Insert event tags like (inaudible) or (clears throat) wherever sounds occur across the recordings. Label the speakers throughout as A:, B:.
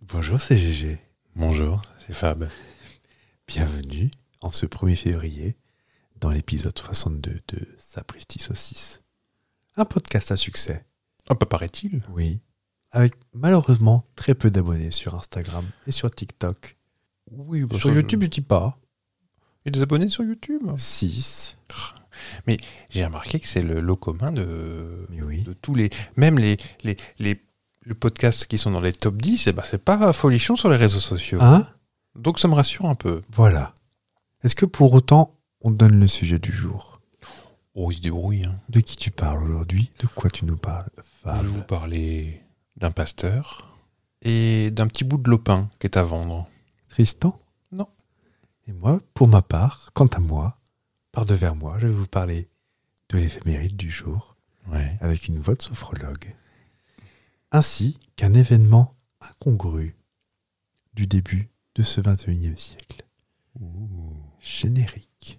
A: Bonjour, c'est GG.
B: Bonjour, c'est Fab.
A: Bienvenue en ce 1er février dans l'épisode 62 de Sapristi Saucisse. Un podcast à succès.
B: Ah, pas paraît-il
A: Oui. Avec malheureusement très peu d'abonnés sur Instagram et sur TikTok.
B: Oui, bah,
A: sur
B: ça, je-
A: YouTube, je dis pas.
B: Il y a des abonnés sur YouTube
A: 6.
B: Mais j'ai remarqué que c'est le lot commun de,
A: Mais oui.
B: de tous les. Même les, les, les, les podcasts qui sont dans les top 10, eh ben, c'est pas folichon sur les réseaux sociaux.
A: Hein
B: Donc ça me rassure un peu.
A: Voilà. Est-ce que pour autant, on donne le sujet du jour
B: Oh, il se débrouille. hein.
A: De qui tu parles aujourd'hui De quoi tu nous parles
B: Ah, Je
A: Fab
B: vais vous parler d'un pasteur et d'un petit bout de lopin qui est à vendre.
A: Tristan
B: Non.
A: Et moi, pour ma part, quant à moi, par devers moi, je vais vous parler de l'éphéméride du jour
B: Ouais.
A: avec une voix de sophrologue, ainsi qu'un événement incongru du début de ce 21e siècle. Générique.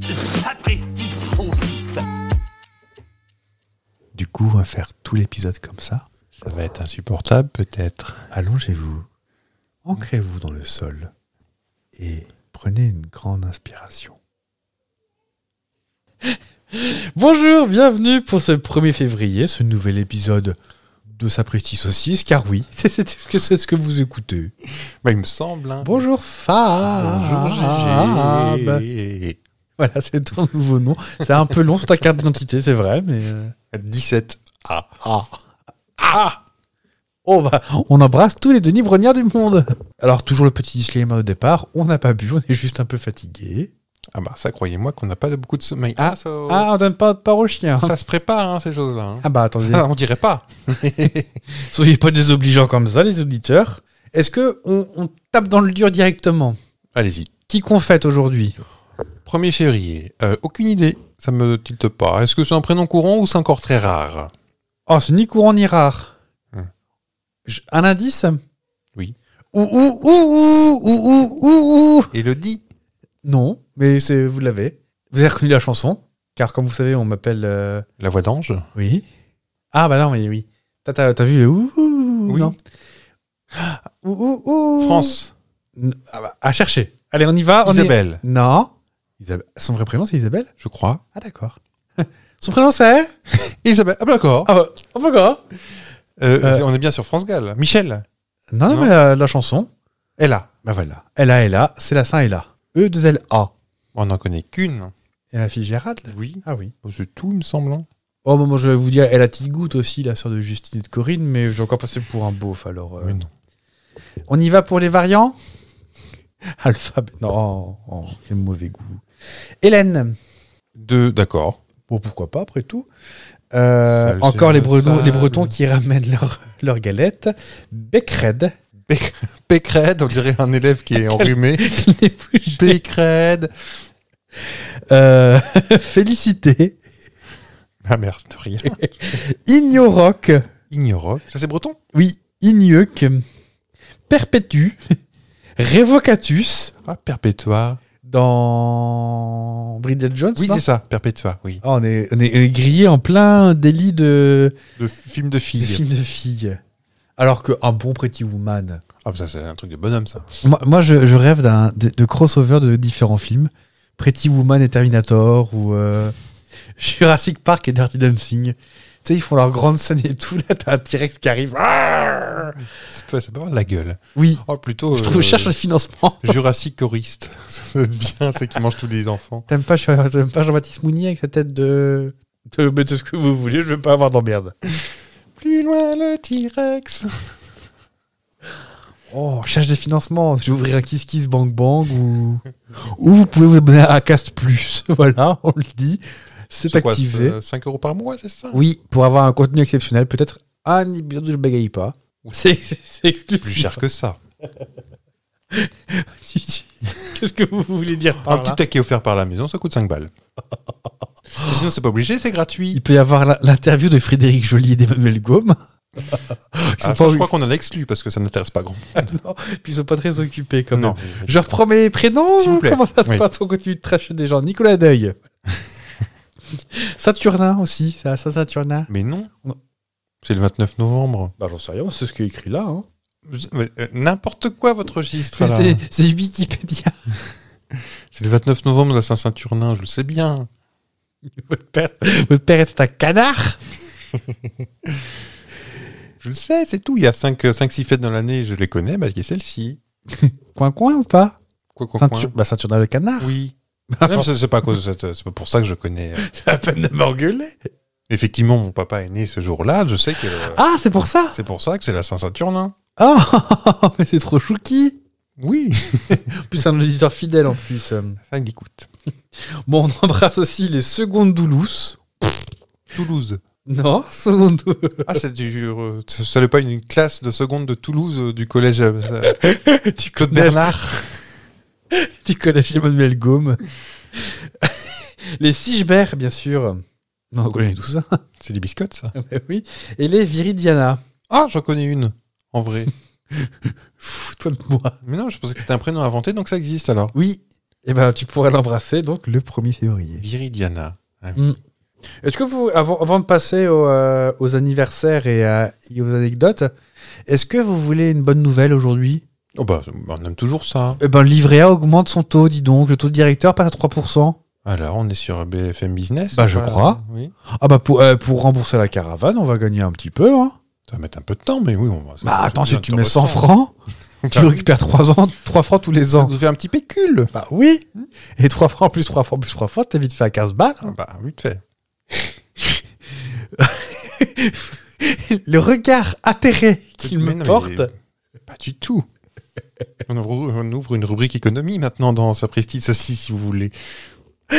C: Sapristi saucisse.
A: Du coup, on va faire tout l'épisode comme ça.
B: Ça va être insupportable peut-être.
A: Allongez-vous, ancrez-vous dans le sol et prenez une grande inspiration. (laughs) Bonjour, bienvenue pour ce 1er février, ce nouvel épisode de Sapristi Saucisse, car oui, (laughs) c'est ce que- c'est ce que vous écoutez.
B: Bah, il me semble. hein.
A: Bonjour Fab
B: Bonjour GG.
A: Voilà, c'est ton nouveau nom. C'est un peu long sur ta carte d'identité, c'est vrai, mais... euh,
B: 17. Ah,
A: Ah Ah Oh bah, on embrasse tous les Denis Brognard du monde Alors, toujours le petit disclaimer au départ, on n'a pas bu, on est juste un peu fatigué.
B: ah bah ça, croyez-moi qu'on n'a pas beaucoup de sommeil.
A: Ah,
B: ça,
A: Ah, on donne pas de part aux chiens
B: ça se prépare, hein, ces choses-là. hein.
A: Ah bah, attendez,
B: Ah, on dirait pas.
A: (laughs) soyez pas désobligeants comme ça, les auditeurs. Est-ce que on, on tape dans le dur directement
B: Allez-y.
A: Qui qu'on fête aujourd'hui
B: 1er février. Euh, aucune idée. Ça me tilte pas. Est-ce que c'est un prénom courant ou c'est encore très rare
A: Oh, c'est ni courant ni rare.
B: Hmm.
A: Hein. Je- Un indice
B: Oui.
A: Ou, ou, ou, ou, ou, ou, ou, ou.
B: Elodie
A: Non, mais c'est- vous l'avez. Vous avez reconnu la chanson, car comme vous savez, on m'appelle... euh,
B: La voix d'ange
A: Oui. Ah bah non, mais oui. T'as, t'as- t'as vu le ouh, ouh,
B: Oui.
A: non. (gasps) Ah, ouh, ouh, ouh.
B: France
A: N- ah bah, à chercher. Allez, on y va. On est-
B: Isabelle,
A: Non. Isabelle- Son vrai prénom, c'est Isabelle
B: je crois.
A: Ah d'accord. (laughs) Son prénom, c'est
B: Isabelle, ah bah, d'accord.
A: Ah bah, oh, pourquoi
B: Euh,
A: euh,
B: on est bien sur France Gall. Michel,
A: Non, non,
B: Non.
A: mais euh, la, la chanson.
B: elle a.
A: Bah voilà. Elle a, elle a, c'est la Saint, elle a. E, 2 L, A.
B: On n'en connaît qu'une.
A: Et la fille Gérald
B: Oui. bah,
A: Ah oui.
B: C'est tout, il me semble. hein.
A: Oh, bah, moi, je vais vous dire, elle a petite goutte aussi, la sœur de Justine et de Corinne, mais j'ai encore passé pour un beauf, alors... euh,
B: Mais non.
A: On y va pour les variants (laughs) Alphabet. Non, oh, quel mauvais goût. Hélène.
B: Deux, d'accord.
A: Bon, pourquoi pas, après tout. Euh,
B: Seul,
A: encore
B: seul,
A: les Bretons,
B: seul.
A: les Bretons qui ramènent leur, leur galette. (laughs) Becred.
B: Pécred, on dirait un élève
A: (laughs)
B: qui est enrhumé.
A: Les bouches.
B: Pécred.
A: Euh, (laughs) Félicité.
B: Ah merde,
A: (laughs)
B: c'est rien.
A: Ignoroc.
B: Ignoroc. Ça, c'est breton
A: Oui, Igneuc. (laughs) Perpétue. Révocatus.
B: Ah, Perpétua.
A: Dans Bridget Jones.
B: Oui,
A: non
B: c'est ça, Perpétua, oui.
A: Ah, on est, on est- on est grillé en plein délit de,
B: Le film de
A: de
B: filles.
A: film de filles. Alors qu'un bon Pretty Woman.
B: Ah, ça, c'est un truc de bonhomme, ça.
A: Moi, moi, je, je rêve d'un de, de crossover de différents films. Pretty Woman et Terminator ou euh, (laughs) Jurassic Park et Dirty Dancing. Tu sais, ils font leur grande scène et tout. Là, t'as un T-Rex qui arrive. Arrgh
B: C'est pas, c'est pas mal, la gueule.
A: Oui,
B: Oh, plutôt.
A: je trouve,
B: euh,
A: je cherche le financement.
B: (laughs) Jurassic choriste. Ça doit être bien, c'est qui mange tous les enfants.
A: T'aimes pas, je- (laughs) t'aimes pas Jean-Baptiste Mounier avec sa tête de. de, (laughs) mais de ce que vous voulez, je vais (laughs) pas avoir d'emmerde. (laughs)
B: Plus loin le T-Rex.
A: Oh, cherche des financements. Je vais ouvrir un Kiss Kiss Bang Bang ou. ou vous pouvez vous abonner à Acast Plus. (laughs) Voilà, on le dit. C'est
B: C'est quoi,
A: activé.
B: c'est, euh, 5 euros par mois, c'est ça
A: Oui, pour avoir un contenu exceptionnel, peut-être un épisode où je bégaye pas. C'est c'est exclusif.
B: Plus cher que ça.
A: (laughs) Qu'est-ce que vous voulez dire
B: Un
A: par
B: petit
A: là
B: taquet offert par la maison, ça coûte
A: (laughs)
B: 5 balles. Mais Sinon, c'est pas obligé, c'est gratuit.
A: Il peut y avoir la- l'interview de Frédéric Joly et d'Emmanuel (laughs) Gaume. Ils sont
B: Ah, ça,
A: pas-
B: je crois qu'on en a exclu parce que ça n'intéresse pas grand monde.
A: Non, puis ils sont pas très occupés quand
B: Non.
A: même. Je reprends mes prénoms.
B: S'il vous plaît.
A: Comment ça se
B: Oui.
A: passe On continue de tracher des gens. Nicolas Deuil. (laughs) Saturnin aussi. Ça, ça Saturnin.
B: Mais non.
A: Non.
B: C'est le 29 novembre.
A: Bah j'en sais rien, c'est ce qui est écrit là. hein.
B: Vous- euh, N'importe quoi, votre registre. là.
A: C'est c'est Wikipédia. (laughs)
B: C'est le 29 novembre, la Saint-Saturnin, je le sais bien.
A: Votre père, votre père était un canard.
B: Je le sais, c'est tout. Il y a 5-6 fêtes dans l'année, je les connais, bah, il y a celle-ci.
A: Coin coin ou pas
B: Quoi qu'on
A: Ceinture- Bah, Saturnin le canard.
B: Oui. Non, c'est c'est pas, à cause de cette- c'est pas pour ça que je connais. euh.
A: C'est (laughs) la peine de m'engueuler.
B: Effectivement, mon papa est né ce jour-là, je sais que euh,
A: Ah, c'est pour ça
B: c'est pour ça que c'est la Saint-Saturnin.
A: Ah, (laughs) mais c'est trop chouki
B: (laughs) Oui.
A: En plus, c'est un auditeur fidèle en plus. euh.
B: Ça, il écoute.
A: Bon, on embrasse aussi les secondes Doulouse.
B: Toulouse.
A: Non, (laughs) secondes Doulouse.
B: Ah, c'est du. euh, ça ça n'est pas une classe de seconde de Toulouse euh, du collège euh, euh,
A: Tu
B: Claude
A: connais-
B: Bernard.
A: Tu connais Emmanuel Gaume. (laughs) les Sigebert, bien sûr. Non, on connaît tout ça. (laughs)
B: C'est des biscottes, ça.
A: Mais oui. Et les Viridiana.
B: Ah, j'en connais une, en vrai.
A: Fous-toi de moi.
B: Mais non, je pensais que c'était un prénom inventé, donc ça existe alors.
A: Oui. Eh ben, tu pourrais l'embrasser donc le 1er février.
B: Viridiana.
A: Est-ce que vous, avant, avant de passer au, euh, aux anniversaires et, euh, et aux anecdotes, est-ce que vous voulez une bonne nouvelle aujourd'hui
B: Oh, bah, on aime toujours ça.
A: Eh ben, le livret A augmente son taux, dis donc. Le taux de directeur passe à 3%.
B: Alors, on est sur BFM Business
A: Bah,
B: ou
A: je
B: pas
A: crois.
B: Oui.
A: Ah bah, pour, euh, pour rembourser la caravane, on va gagner un petit peu, hein.
B: Ça va mettre un peu de temps, mais oui, on va.
A: Bah, attends, si tu mets 100 (laughs)
B: 100
A: francs, tu récupères 3, ans, 3 francs tous les
B: Ça
A: ans.
B: nous fait un
A: (laughs)
B: petit pécule.
A: Bah oui. Et 3 francs plus 3 francs plus 3 francs, t'es vite fait à 15 balles.
B: Ah, Bah, vite fait.
A: Le regard atterré qu'il
B: Mais
A: me
B: non, mais
A: porte.
B: Pas du tout. On ouvre, on ouvre une rubrique économie maintenant dans sa prestige aussi, si vous voulez. Vous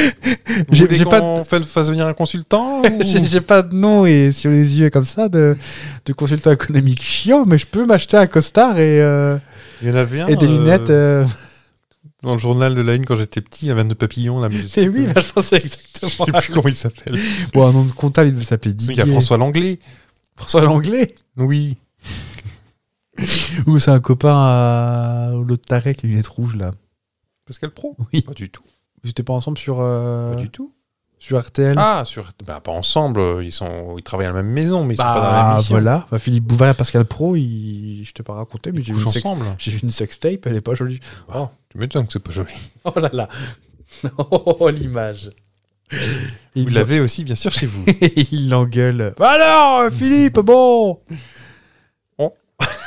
A: J'ai-
B: voulez
A: j'ai pas
B: qu'on fait- fasse venir
A: (laughs)
B: un consultant ou-
A: J'ai j'ai pas de nom et sur les yeux comme ça de, de consultant économique chiant, mais je peux m'acheter un costard et, euh,
B: Il y en avait un.
A: et des
B: euh,
A: lunettes. euh. (laughs)
B: Dans le journal de la une quand j'étais petit, il y avait un de papillon là. Mais je
A: Mais
B: sais
A: oui, (laughs)
B: plus- (laughs)
A: bah, je pensais
B: je
A: exactement.
B: sais
A: à
B: plus comment il s'appelle.
A: lui. Bon, un nom de comptable, il devait s'appeler
B: Il
A: Didier.
B: y a François Langlais.
A: François Langlais.
B: Oui.
A: Ou c'est un copain à l'autre taré avec les lunettes rouges là.
B: Pascal Pro
A: (laughs) Oui.
B: Pas du tout.
A: Ils étaient pas ensemble sur, euh,
B: Pas du tout.
A: sur RTL.
B: Ah, sur... bah, pas ensemble. Ils, sont... ils travaillent à la même maison, mais ils sont pas dans la même
A: Bah
B: mission.
A: voilà, Bah, Philippe Bouvard et Pascal Pro, ils- je t'ai pas raconté, mais
B: Ils
A: j'ai vu,
B: couchent
A: une sex-
B: ensemble.
A: j'ai vu une sextape, elle est pas jolie.
B: Oh, tu m'étonnes que c'est pas joli.
A: (laughs) Oh là (laughs) là, oh l'image.
B: Vous
A: Il
B: l'avez aussi, bien sûr, chez (laughs) vous.
A: (laughs) il l'engueule. Bah Alors, Philippe, bon
B: Bon.
A: Oh.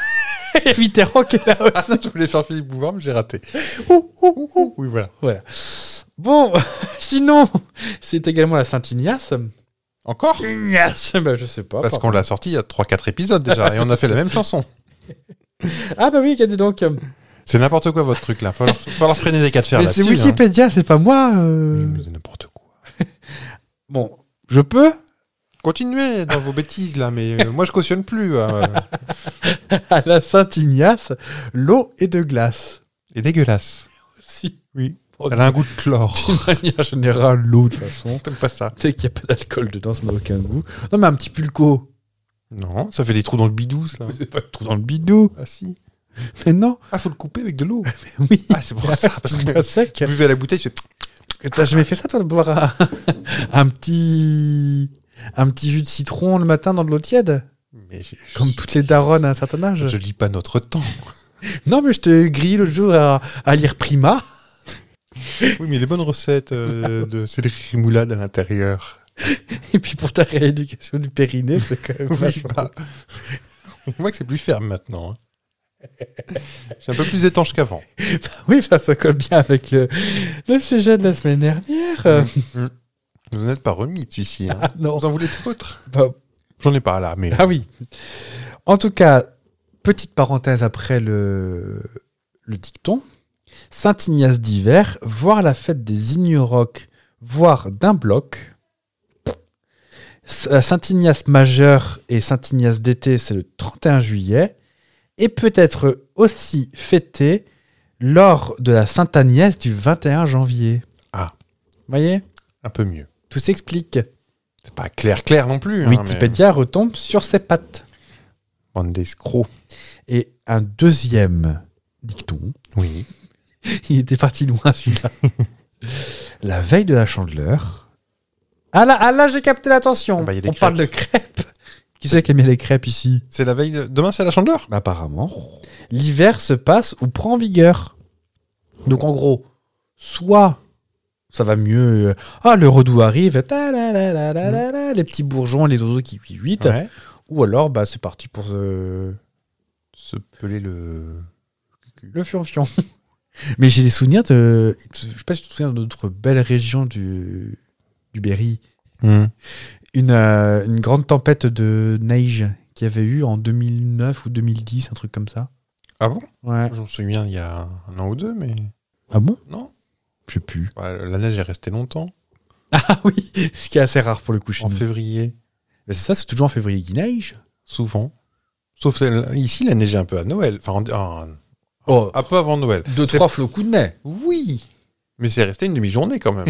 A: (laughs) Il y a Mitterrand qui est là aussi.
B: Ah, je voulais faire Philippe Bouvard, mais j'ai raté.
A: (laughs) Ouh, ouh, ouh.
B: Oui, voilà.
A: Voilà. Bon, (laughs) sinon, c'est également la Saint-Ignace.
B: Encore
A: Ignace Bah je sais pas.
B: Parce
A: par-
B: qu'on l'a sorti il y a 3-4 épisodes déjà, et on a fait la (laughs) même chanson.
A: Ah bah oui, regardez donc.
B: C'est n'importe quoi votre truc là. Falloir, falloir freiner des cas de fer
A: Mais
B: là-dessus.
A: c'est
B: hein.
A: Wikipédia, c'est pas moi. euh.
B: Oui, mais c'est n'importe quoi.
A: Bon, je peux
B: Continuez dans vos bêtises là, mais euh, moi je cautionne plus. (laughs) euh,
A: à la Saint-Ignace, l'eau est de glace.
B: C'est dégueulasse.
A: Si, (laughs)
B: Oui. Elle a un goût de (laughs) chlore.
A: d'une manière générale, l'eau, de toute façon.
B: T'aimes pas ça
A: Dès qu'il n'y a pas d'alcool dedans, ça n'a aucun goût. Non, mais un petit pulco.
B: Non, ça fait des trous dans le bidou ça.
A: C'est pas trop dans le bidou.
B: Ah si.
A: Mais non,
B: Ah, faut le couper avec de l'eau. (laughs)
A: oui.
B: Ah, c'est pour ça. Parce
A: C'est
B: que
A: pas sec.
B: tu buvais à la bouteille, tu fais
A: T'as jamais fait ça, toi, de boire un, (laughs) un petit. Un petit jus de citron le matin dans de l'eau tiède,
B: Mais je, je-
A: comme toutes les daronnes à un certain âge.
B: je lis pas notre temps.
A: Non, mais je t'ai grillé l'autre jour à, à lire Prima.
B: Oui, mais les bonnes recettes (laughs) euh, de Cédric Rimoulade à l'intérieur.
A: (laughs) Et puis pour ta rééducation du périnée, c'est quand même.
B: (laughs) Oui,
A: vachement-
B: bah, on voit que c'est plus ferme maintenant. hein. C'est un peu plus étanche qu'avant.
A: Oui, ça, ça colle bien avec le, le sujet de la semaine dernière. Euh,
B: Vous n'êtes pas remis, celui-ci. hein.
A: Ah non.
B: Vous en voulez d'autres
A: Bah, (laughs)
B: J'en ai pas là, mais
A: ah oui. En tout cas, Petite parenthèse après le, le dicton. Saint Ignace d'hiver, voir la fête des Ignorocs, voire d'un bloc. Saint Ignace majeur et Saint Ignace d'été, c'est le 31 juillet. Et peut-être aussi fêté lors de la Sainte Agnès du 21 janvier.
B: Ah.
A: Voyez
B: Un peu mieux.
A: Tout s'explique.
B: C'est pas clair, clair non plus. hein,
A: Wikipédia retombe sur ses pattes.
B: mais- Bande d'escrocs.
A: Et un deuxième dicton,
B: Oui.
A: il était parti loin celui-là. (laughs) la veille de la chandeleur. Ah là, ah là j'ai capté l'attention.
B: Ah bah, il y a des
A: On parle de crêpes. Qui c'est qui a mis les crêpes ici
B: C'est la veille. de- Demain, c'est la chandeleur.
A: Bah, Apparemment. L'hiver se passe ou prend vigueur. Donc en gros, soit ça va mieux. euh, Ah, le redoux arrive. ta la la la la la la, les petits bourgeons, les oiseaux qui qui huitent.
B: Mm. Ouais.
A: Ou alors, bah, c'est parti pour euh,
B: Se peler le.
A: Le fionfion. (laughs) Mais j'ai des souvenirs de. Je sais pas si tu te souviens de notre belle région du, du Berry.
B: Hmm.
A: Une, euh, une grande tempête de neige qu'il y avait eu en 2009 ou 2010, un truc comme ça.
B: Ah bon
A: Ouais.
B: Je me souviens il y a un an ou deux, mais
A: Ah bon
B: non.
A: Je sais plus.
B: Bah, la neige est restée longtemps.
A: (laughs) Ah oui Ce qui est assez rare pour le coup chez
B: En
A: nous.
B: février,
A: Mais c'est ça, c'est toujours en février qui neige.
B: souvent. Sauf celle- ici, la neige est un peu à Noël. Enfin, en- en-
A: Oh,
B: un peu avant Noël.
A: deux, trois flocons de neige.
B: Oui. Mais c'est resté une demi-journée
A: (laughs)
B: quand même.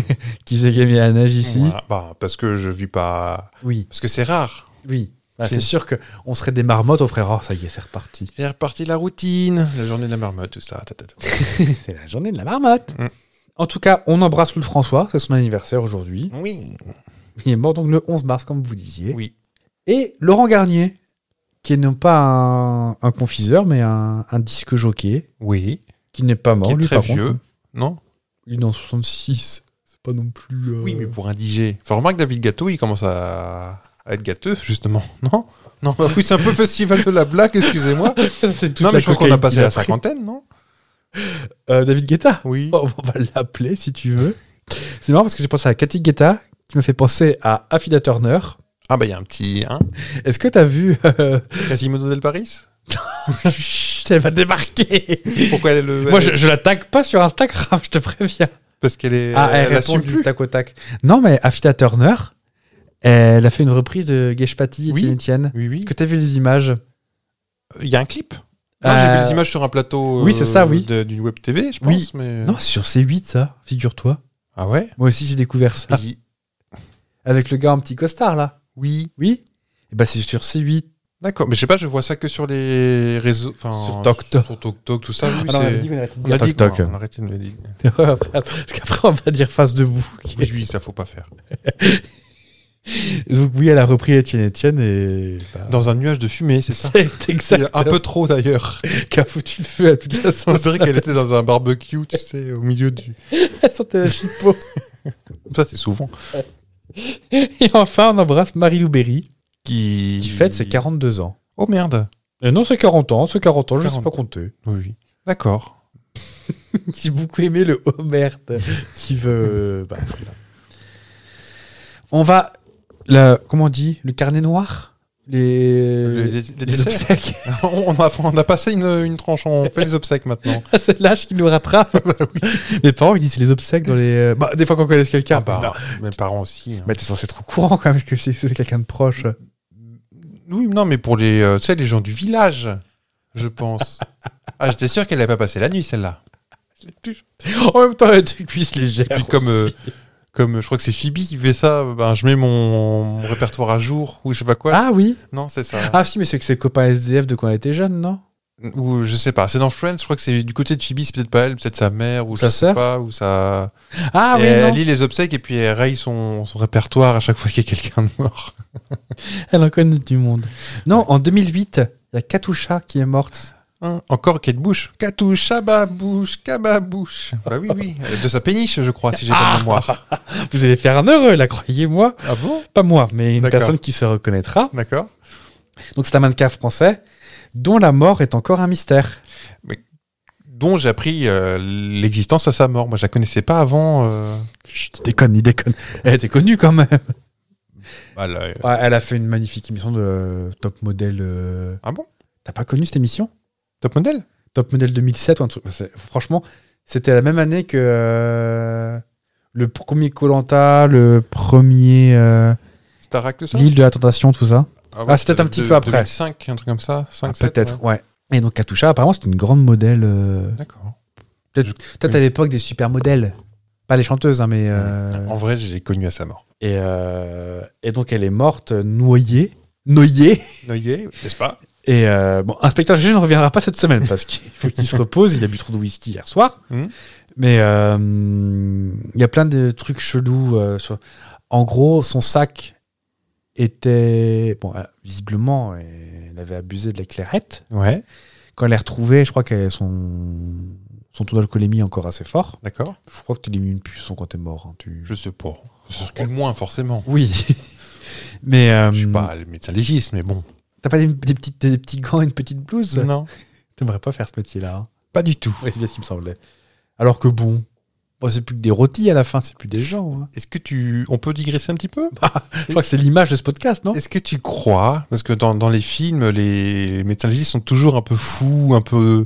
A: Qui c'est qui a mis la neige ici
B: Voilà. Bah, parce que je vis pas.
A: Oui,
B: Parce que c'est rare.
A: oui. Bah,
B: C'est-
A: c'est sûr qu'on serait des marmottes au frère. Oh, ça y est, c'est reparti.
B: C'est reparti la routine, la journée de la marmotte, tout ça. ta, ta, ta.
A: c'est la journée de la marmotte.
B: Mm.
A: En tout cas, on embrasse le François, c'est son anniversaire aujourd'hui.
B: Oui.
A: Il est mort donc le 11 mars, comme vous disiez.
B: Oui.
A: Et Laurent Garnier, qui est non pas un, un confiseur, mais un, un disque jockey,
B: Oui.
A: qui n'est Bah, pas mort,
B: Qui est
A: lui,
B: très
A: par
B: vieux.
A: contre. hein.
B: Non
A: Il est en 66. C'est pas non plus. euh,
B: Oui, mais pour indiger. Enfin, remarque, David Gâteau, il commence à, à être gâteux, justement. (laughs) Non Non, bah oui, c'est un peu festival de la blague,
A: (laughs)
B: excusez-moi.
A: c'est toute
B: Non,
A: la
B: mais je pense qu'on a
A: cocaïne
B: passé
A: qu'il
B: la
A: pris.
B: cinquantaine, non
A: Euh, David Guetta. (laughs)
B: Oui.
A: Oh, on va l'appeler si tu veux. C'est marrant parce que j'ai pensé à Cathy Guetta, qui me fait penser à Affida Turner.
B: Ah, bah, il y a un petit. Hein
A: Est-ce que t'as vu. (laughs) euh,
B: Quasimodo del Paris
A: Chut, elle va débarquer
B: Pourquoi elle le.
A: Moi,
B: elle-
A: je, je la tague pas sur Instagram, je te préviens.
B: Parce qu'elle est.
A: ah, elle, répond
B: assume
A: du
B: plus.
A: tac au tac. Non, mais Afida Turner, elle a fait une reprise de Geshpati et
B: Oui.
A: Tine Etienne.
B: Oui, oui.
A: Est-ce que t'as vu les images
B: Il y a un clip Non, J'ai
A: Euh,
B: vu les images sur un plateau.
A: oui, c'est ça, oui.
B: de- D'une web TV, je pense.
A: Oui.
B: Mais...
A: Non, c'est sur C8, ça, figure-toi.
B: Ah ouais Ah.
A: Moi aussi, j'ai découvert ça.
B: Oui.
A: Avec le gars en petit costard, là.
B: Oui.
A: Oui Et bah, c'est sur C8.
B: D'accord, mais je sais pas, je vois ça que sur les réseaux. Enfin,
A: Sur TokTok.
B: Sur TokTok, tout ça. oui,
A: Ah non,
B: c'est-
A: avait dit qu'on arrêtait de
B: on a
A: dire
B: dit
A: toc-toc. (laughs)
B: qu'on- on a arrêté de le dire.
A: Parce qu'après, on va dire face debout.
B: Oui, oui, ça faut pas faire.
A: Donc, oui, elle a repris Etienne Etienne et. bah, (laughs)
B: Dans un nuage de fumée, c'est ça
A: c'est exact.
B: Un peu trop d'ailleurs. (laughs)
A: qui a foutu le feu à toute (laughs) la
B: On
A: sauce.
B: dirait qu'elle était dans un barbecue, tu sais, au milieu du.
A: Elle sentait la chipot.
B: Ça, c'est souvent.
A: Et enfin, on embrasse Marie-Lou Berry,
B: Qui,
A: qui fête ses 42 ans.
B: Oh merde.
A: Euh, non, c'est 40 ans, c'est 40 ans, je ne sais
B: 40.
A: pas compter.
B: Oui, oui. D'accord.
A: (laughs) J'ai beaucoup aimé le Homère de- (laughs) qui veut. euh, bah, voilà. On va. le- comment on dit Le carnet noir Euh, Les,
B: Le- les- les desserts.
A: obsèques. (laughs)
B: on, a, on a passé une, une tranche, on fait les obsèques maintenant.
A: Ah, c'est l'âge qui nous (laughs) rattrape. Mes parents, ils disent les obsèques dans les. euh, Bah, des fois qu'on connaît quelqu'un.
B: Ah bah,
A: Non.
B: mes parents aussi. hein.
A: Mais t'es censé être au courant quand même, parce que c'est c'est quelqu'un de proche.
B: Oui, non, mais pour les, euh, tu sais, les gens du village, je (laughs) pense. ah, j'étais sûr qu'elle n'avait pas passé la nuit, celle-là.
A: (laughs) En même temps, elle a des cuisses légères.
B: Puis comme, euh, comme euh, je crois que c'est Phoebe qui fait ça, ben, je mets mon, mon répertoire à jour ou je sais pas quoi.
A: Ah oui
B: Non, c'est ça.
A: Ah si, mais c'est que ses copains SDF de quand elle était jeune, non
B: Ou je sais pas. C'est dans Friends, je crois que c'est du côté de Phoebe, c'est peut-être pas elle, peut-être sa mère ou
A: Sa
B: je sais
A: sœur
B: pas, ou sa.
A: Ah
B: Et
A: oui,
B: elle
A: non.
B: lit les obsèques et puis elle raye son, son répertoire à chaque fois qu'il y a quelqu'un de mort.
A: Elle en connaît du monde. Non, en 2008, il y a Katusha qui est morte.
B: Hein, encore Kate Bush. Katouche, Kababouche, Kababouche. Bah oui, oui. Euh, De sa péniche, je crois, si j'ai
A: Ah.
B: pas de mémoire.
A: Vous allez faire un heureux, là, croyez-moi.
B: Ah bon
A: Pas moi, mais une
B: D'accord.
A: personne qui se reconnaîtra.
B: D'accord.
A: Donc c'est un mannequin français dont la mort est encore un mystère.
B: Dont j'ai appris euh, l'existence à sa mort. Moi, je la connaissais pas avant. euh,
A: Chut, il déconne, il déconne. Elle était connue quand même.
B: bah, là, euh,
A: Ouais, elle a fait une magnifique émission de euh, top modèle. euh,
B: Ah bon
A: T'as pas connu cette émission
B: Top modèle
A: Top Model 2007 ou un truc. Bah, c'est- franchement, c'était la même année que euh, le premier Colanta, le premier euh,
B: Starac, tout ça
A: L'île de la Tentation, tout ça.
B: Ah,
A: Ah, c'était un petit peu après.
B: 5, un truc comme ça. 5,
A: Ah, Peut-être, ouais. Et donc Katusha, apparemment, c'était une grande modèle. euh,
B: D'accord.
A: Peut-être à l'époque des supermodèles. Pas les chanteuses, hein, mais. euh,
B: En vrai, je l'ai connu à sa mort.
A: Et, euh, et donc elle est morte euh, noyée. Noyée.
B: Noyer, n'est-ce pas
A: Et euh, bon, inspecteur GG ne reviendra pas cette semaine parce qu'il faut qu'il se repose. Il a bu trop de whisky hier (laughs) soir.
B: Mhm.
A: Mais euh, il y a plein de trucs chelous. euh, sur- En gros, son sac était. Bon, euh, visiblement, elle avait abusé de la clairette.
B: Ouais,
A: Quand elle est retrouvée, je crois que son, son taux d'alcoolémie est encore assez fort.
B: d'accord.
A: Je crois que tu élimines une puisson quand t'es mort. hein, tu-
B: Je sais pas. Je circule moins, forcément.
A: Oui. (laughs) mais. euh,
B: Je suis pas le médecin légiste, mais bon.
A: T'as pas des, des petites, des petits gants et une petite blouse
B: Non.
A: T'aimerais pas faire ce métier-là. hein.
B: Pas du tout.
A: Ouais, c'est bien ce qui me semblait. Alors que bon, bon, c'est plus que des rôtis à la fin, c'est plus des gens. hein.
B: Est-ce que tu. On peut digresser un petit peu
A: Je crois que c'est l'image de ce podcast, non
B: Est-ce que tu crois Parce que dans, dans les films, les médecins légistes sont toujours un peu fous, un peu.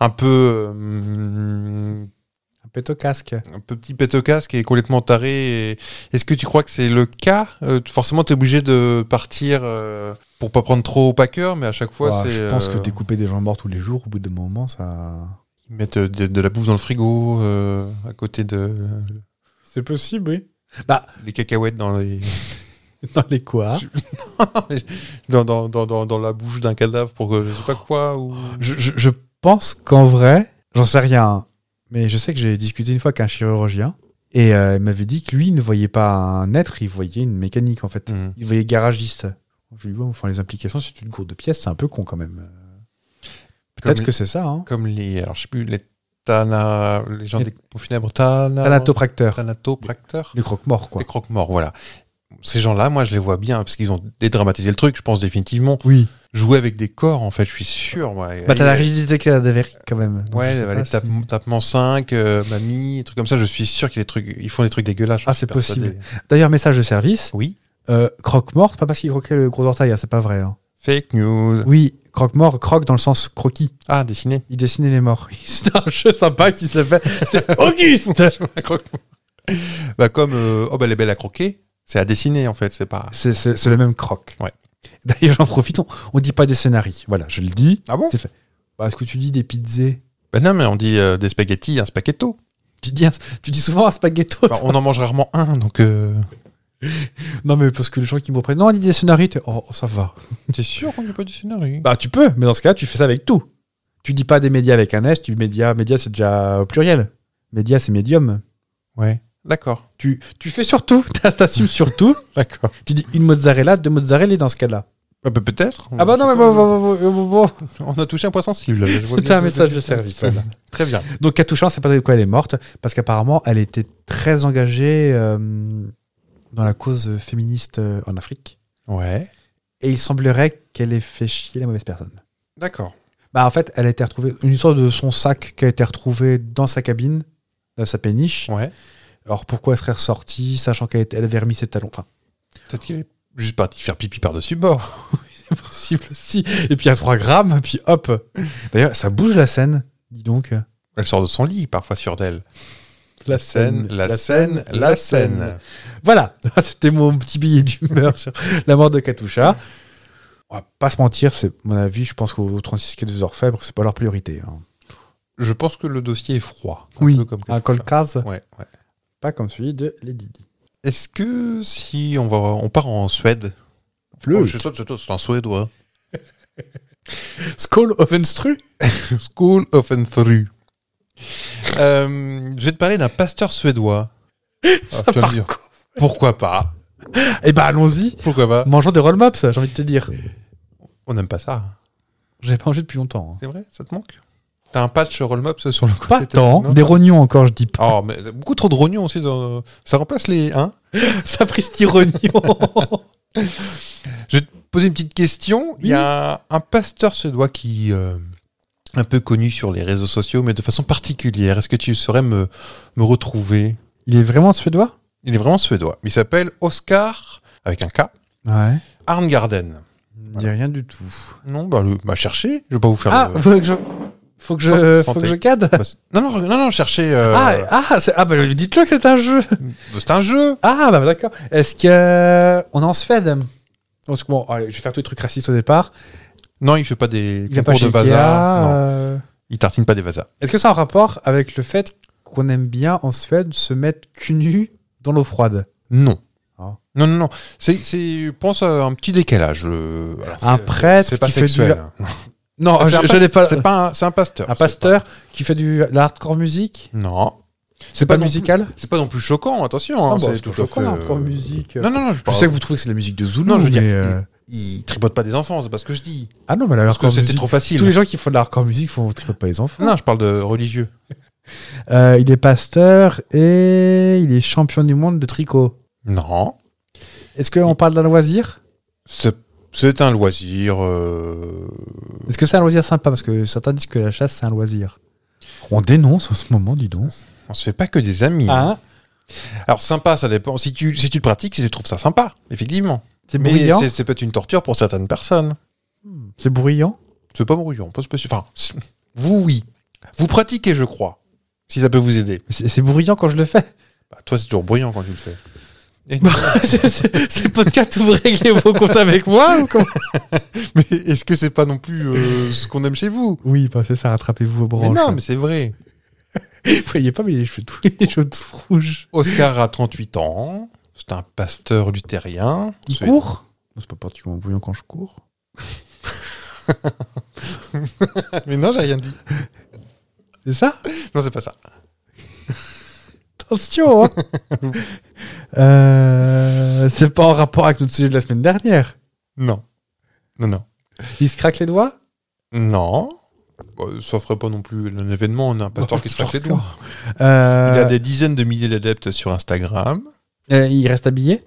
B: Un peu. hum,
A: Un péto casque.
B: un peu petit pète au casque et complètement taré. Et Est-ce que tu crois que c'est le cas Euh, Forcément, tu es obligé de partir euh, pour pas prendre trop au cœur, mais à chaque fois,
A: Ouais,
B: c'est.
A: je pense
B: euh,
A: que découper des gens morts tous les jours, au bout d'un moment, ça.
B: Ils mettent euh, de, de la bouffe dans le frigo, euh, à côté de.
A: C'est possible, oui.
B: les cacahuètes dans les. (laughs)
A: Dans les quoi
B: Je- dans, dans, dans, dans, dans la bouche d'un cadavre pour que je sais pas quoi ou
A: je, je- je pense qu'en vrai, j'en sais rien, hein, mais je sais que j'ai discuté une fois avec un chirurgien et euh, il m'avait dit que lui il ne voyait pas un être, il voyait une mécanique en fait.
B: Mhm.
A: Il voyait garagiste. Je lui dis, ouais, enfin, les implications, si tu te gourdes de pièces, c'est un peu con quand même. Peut-être
B: Comme-
A: que c'est ça, hein.
B: comme les alors je sais plus les tana les gens
A: Les-
B: des pompes funèbres tana
A: Thanatopracteur.
B: thanatopracteurs
A: Les croque-morts,
B: (laughs)
A: quoi.
B: les croque-morts voilà ces gens-là moi je les vois bien parce qu'ils ont dédramatisé le truc je pense définitivement
A: Oui.
B: jouer avec des corps en fait je suis sûr moi.
A: Bah, t'as
B: Et-
A: la rigidité cadavérique, quand même. Donc,
B: ouais
A: je sais
B: bah,
A: pas
B: les
A: si-
B: tape- tapements 5 euh, mamie des trucs comme ça je suis sûr qu'ils les trucs ils font des trucs dégueulasses
A: Ah,
B: je suis
A: c'est possible.
B: persuadé.
A: D'ailleurs, message de service.
B: oui
A: Euh, croque-mort, pas parce qu'il croquait le gros orteil, hein, c'est pas vrai. hein.
B: fake news
A: Oui, croque-mort, croque dans le sens croquis.
B: ah dessiné
A: Il dessinait les morts. (laughs) C'est un jeu sympa qui se fait.
B: (laughs)
A: C'est Auguste
B: bah comme euh, oh bah les belles à croquer c'est à dessiner en fait c'est pas
A: C'est- C'est c'est le même croque.
B: Ouais.
A: D'ailleurs, j'en profite, on, on dit pas des scénarii. Voilà, je le dis.
B: ah bon
A: C'est fait. Bah, Est-ce que tu dis des pizzas
B: Bah non, mais on dit euh, des spaghettis, un spaghetto.
A: tu dis, un- tu dis souvent un spaghetto.
B: Enfin, on en mange rarement un, donc euh,
A: toi. Non, mais parce que les gens qui me reprennent. Non, on dit des scénarii. t'es- Oh, ça va.
B: (laughs) t'es sûr qu'on n'est pas du scénario
A: Bah tu peux, mais dans ce cas, tu fais ça avec tout. Tu dis pas des médias avec un S, tu dis média, média c'est déjà au pluriel. Média c'est médium.
B: Ouais, d'accord,
A: Tu, tu fais surtout, (laughs) t'assumes surtout.
B: d'accord.
A: tu dis une mozzarella, deux mozzarella dans ce cas-là.
B: Ah bah peut-être.
A: Ah bah non mais bon, bon, bon, bon, bon, bon.
B: on a touché un point sensible. je (laughs) vois
A: C'était
B: bien
A: un
B: que-
A: message de service, voilà.
B: Très bien.
A: Donc Katouchan, c'est pas de quoi elle est morte, parce qu'apparemment elle était très engagée euh, dans la cause féministe euh, en Afrique.
B: Ouais,
A: Et il semblerait qu'elle ait fait chier la mauvaise personne.
B: d'accord.
A: Bah en fait, elle a été retrouvée, une sorte de son sac qui a été retrouvé dans sa cabine, dans sa péniche.
B: Ouais.
A: Alors pourquoi elle serait ressortie, sachant qu'elle était- elle avait remis ses talons Enfin, (laughs)
B: Peut-être qu'il est juste parti faire pipi par-dessus bord.
A: c'est possible aussi. Et puis à 3 grammes, puis hop. D'ailleurs, ça bouge la scène, dis donc.
B: Elle sort de son lit, parfois sur d'elle. la scène, la scène.
A: Voilà, (laughs) c'était mon petit billet d'humeur sur la mort de Katusha. On va pas se mentir, c'est mon avis, je pense qu'aux 36 quai des orfèbres, c'est pas leur priorité. hein.
B: Je pense que le dossier est froid.
A: Oui,
B: Un peu comme
A: Un
B: quelque chose.
A: colcase,
B: Ouais, ouais.
A: pas comme celui de Lady Di.
B: Est-ce que si on va, on part en Suède Oh, Je suis sûr que c'est- c'est en suédois.
A: Skull Ovenstru
B: School of Enthrue. Euh, je vais te parler d'un pasteur
A: (laughs)
B: suédois. Alors, tu vas me dire, pourquoi pas
A: Eh ben allons-y,
B: Pourquoi pas
A: mangeons des roll maps, j'ai envie de te dire.
B: On n'aime pas ça.
A: J'avais pas mangé depuis longtemps. hein.
B: C'est vrai Ça te manque T'as un patch roll-mops sur le côté
A: Pas
B: peut-être,
A: tant,
B: non
A: des rognons encore, je dis pas.
B: Oh, mais beaucoup trop de rognons aussi. dans- Ça remplace les. Hein
A: (laughs) Sapristi rognon
B: je vais te poser une petite question. Il y a un pasteur suédois qui. euh, un peu connu sur les réseaux sociaux, mais de façon particulière. Est-ce que tu saurais me, me retrouver
A: Il est vraiment suédois
B: Il est vraiment suédois. Il s'appelle Oscar, avec un K,
A: Ouais.
B: Arngarden.
A: Il n'y a rien du tout.
B: Non, bah, le... bah cherchez. Je vais pas vous faire.
A: Ah,
B: le-
A: faut que je, faut que je,
B: bah, Santé.
A: faut que je cade
B: Bah, c'est- non, non, non, non, cherchez. euh,
A: Ah, ah, c'est- ah, bah, dites-le que c'est un jeu.
B: C'est un jeu.
A: Ah, bah d'accord. Est-ce que euh, on est en Suède Parce que bon, allez, je vais faire tous les trucs racistes au départ.
B: Non, il fait pas des
A: Il n'y a pas
B: concours
A: chez
B: de
A: Ikea,
B: vaza. Non,
A: euh,
B: Il tartine pas des vasas.
A: Est-ce que ça a un rapport avec le fait qu'on aime bien en Suède se mettre cul nu dans l'eau froide
B: Non.
A: Ah.
B: Non, non, non. C'est, c'est, je pense, à un petit décalage. euh, alors,
A: Un
B: c'est-
A: prêtre
B: C'est pas
A: qui fait du
B: sexuel. Ah,
A: la- Non,
B: C'est
A: je,
B: un
A: je
B: pas-
A: n'ai pas.
B: C'est pas un, c'est un pasteur.
A: Un
B: C'est pas-
A: pasteur qui fait du de la hardcore musique
B: Non.
A: C'est pas,
B: non
A: musical
B: plus- C'est pas non plus choquant, attention. hein,
A: Ah, bon,
B: c'est
A: c'est
B: tout à
A: choquant,
B: fait,
A: hardcore
B: euh,
A: musique.
B: Non, non, non. Je,
A: Je
B: parle-
A: sais que vous trouvez que c'est la musique de Zulu.
B: Non, je veux dire,
A: mais, euh,
B: Il tripote pas des enfants, c'est pas ce que je dis.
A: Ah non, mais la
B: Parce que
A: hardcore
B: c'était
A: musique.
B: trop facile.
A: Tous les gens qui font de la hardcore musique font tripotent pas les enfants.
B: Non, je parle de religieux.
A: Euh, il est pasteur et il est champion du monde de tricot.
B: Non.
A: Est-ce qu'on parle d'un loisir
B: C'est, c'est un loisir. euh,
A: Est-ce que c'est un loisir sympa Parce que certains disent que la chasse, c'est un loisir. On dénonce en ce moment, dis donc.
B: On se fait pas que des amis.
A: Ah,
B: Alors, sympa, ça dépend. Si tu, si tu le pratiques, si tu trouves ça sympa, effectivement.
A: c'est
B: Mais
A: bruyant.
B: c'est, c'est peut-être une torture pour certaines personnes.
A: C'est bruyant.
B: C'est pas bruyant, pas spécial. Enfin, c'est- vous, oui. Vous pratiquez, je crois. Si ça peut vous aider.
A: C'est c'est bruyant quand je le fais.
B: Bah, toi, c'est toujours bruyant quand tu le fais. Et-
A: (laughs) Bah, C'est- c'est c'est le podcast où vous réglez vos comptes avec moi ou comment
B: (laughs) mais est-ce que c'est pas non plus euh, ce qu'on aime chez vous
A: Oui, bah, c'est ça, rattrapez-vous aux
B: Mais
A: branches.
B: non, mais c'est vrai.
A: Vous (laughs) voyez pas, mais les cheveux, tous les cheveux tout rouges.
B: Oscar a 38 ans. C'est un pasteur luthérien.
A: Il
B: C'est-
A: court C'est pas particulièrement bruyant quand je cours.
B: (laughs) Mais non, j'ai rien dit.
A: C'est ça
B: Non, c'est pas ça.
A: Attention hein. (laughs) Euh, C'est pas en rapport avec notre sujet de la semaine dernière.
B: Non. Non, non.
A: Il se craque les doigts
B: Non. Bah, ça ferait pas non plus un événement. On a un pasteur qui se crache les doigts.
A: Euh,
B: Il a des dizaines de milliers d'adeptes sur Instagram.
A: euh, il reste habillé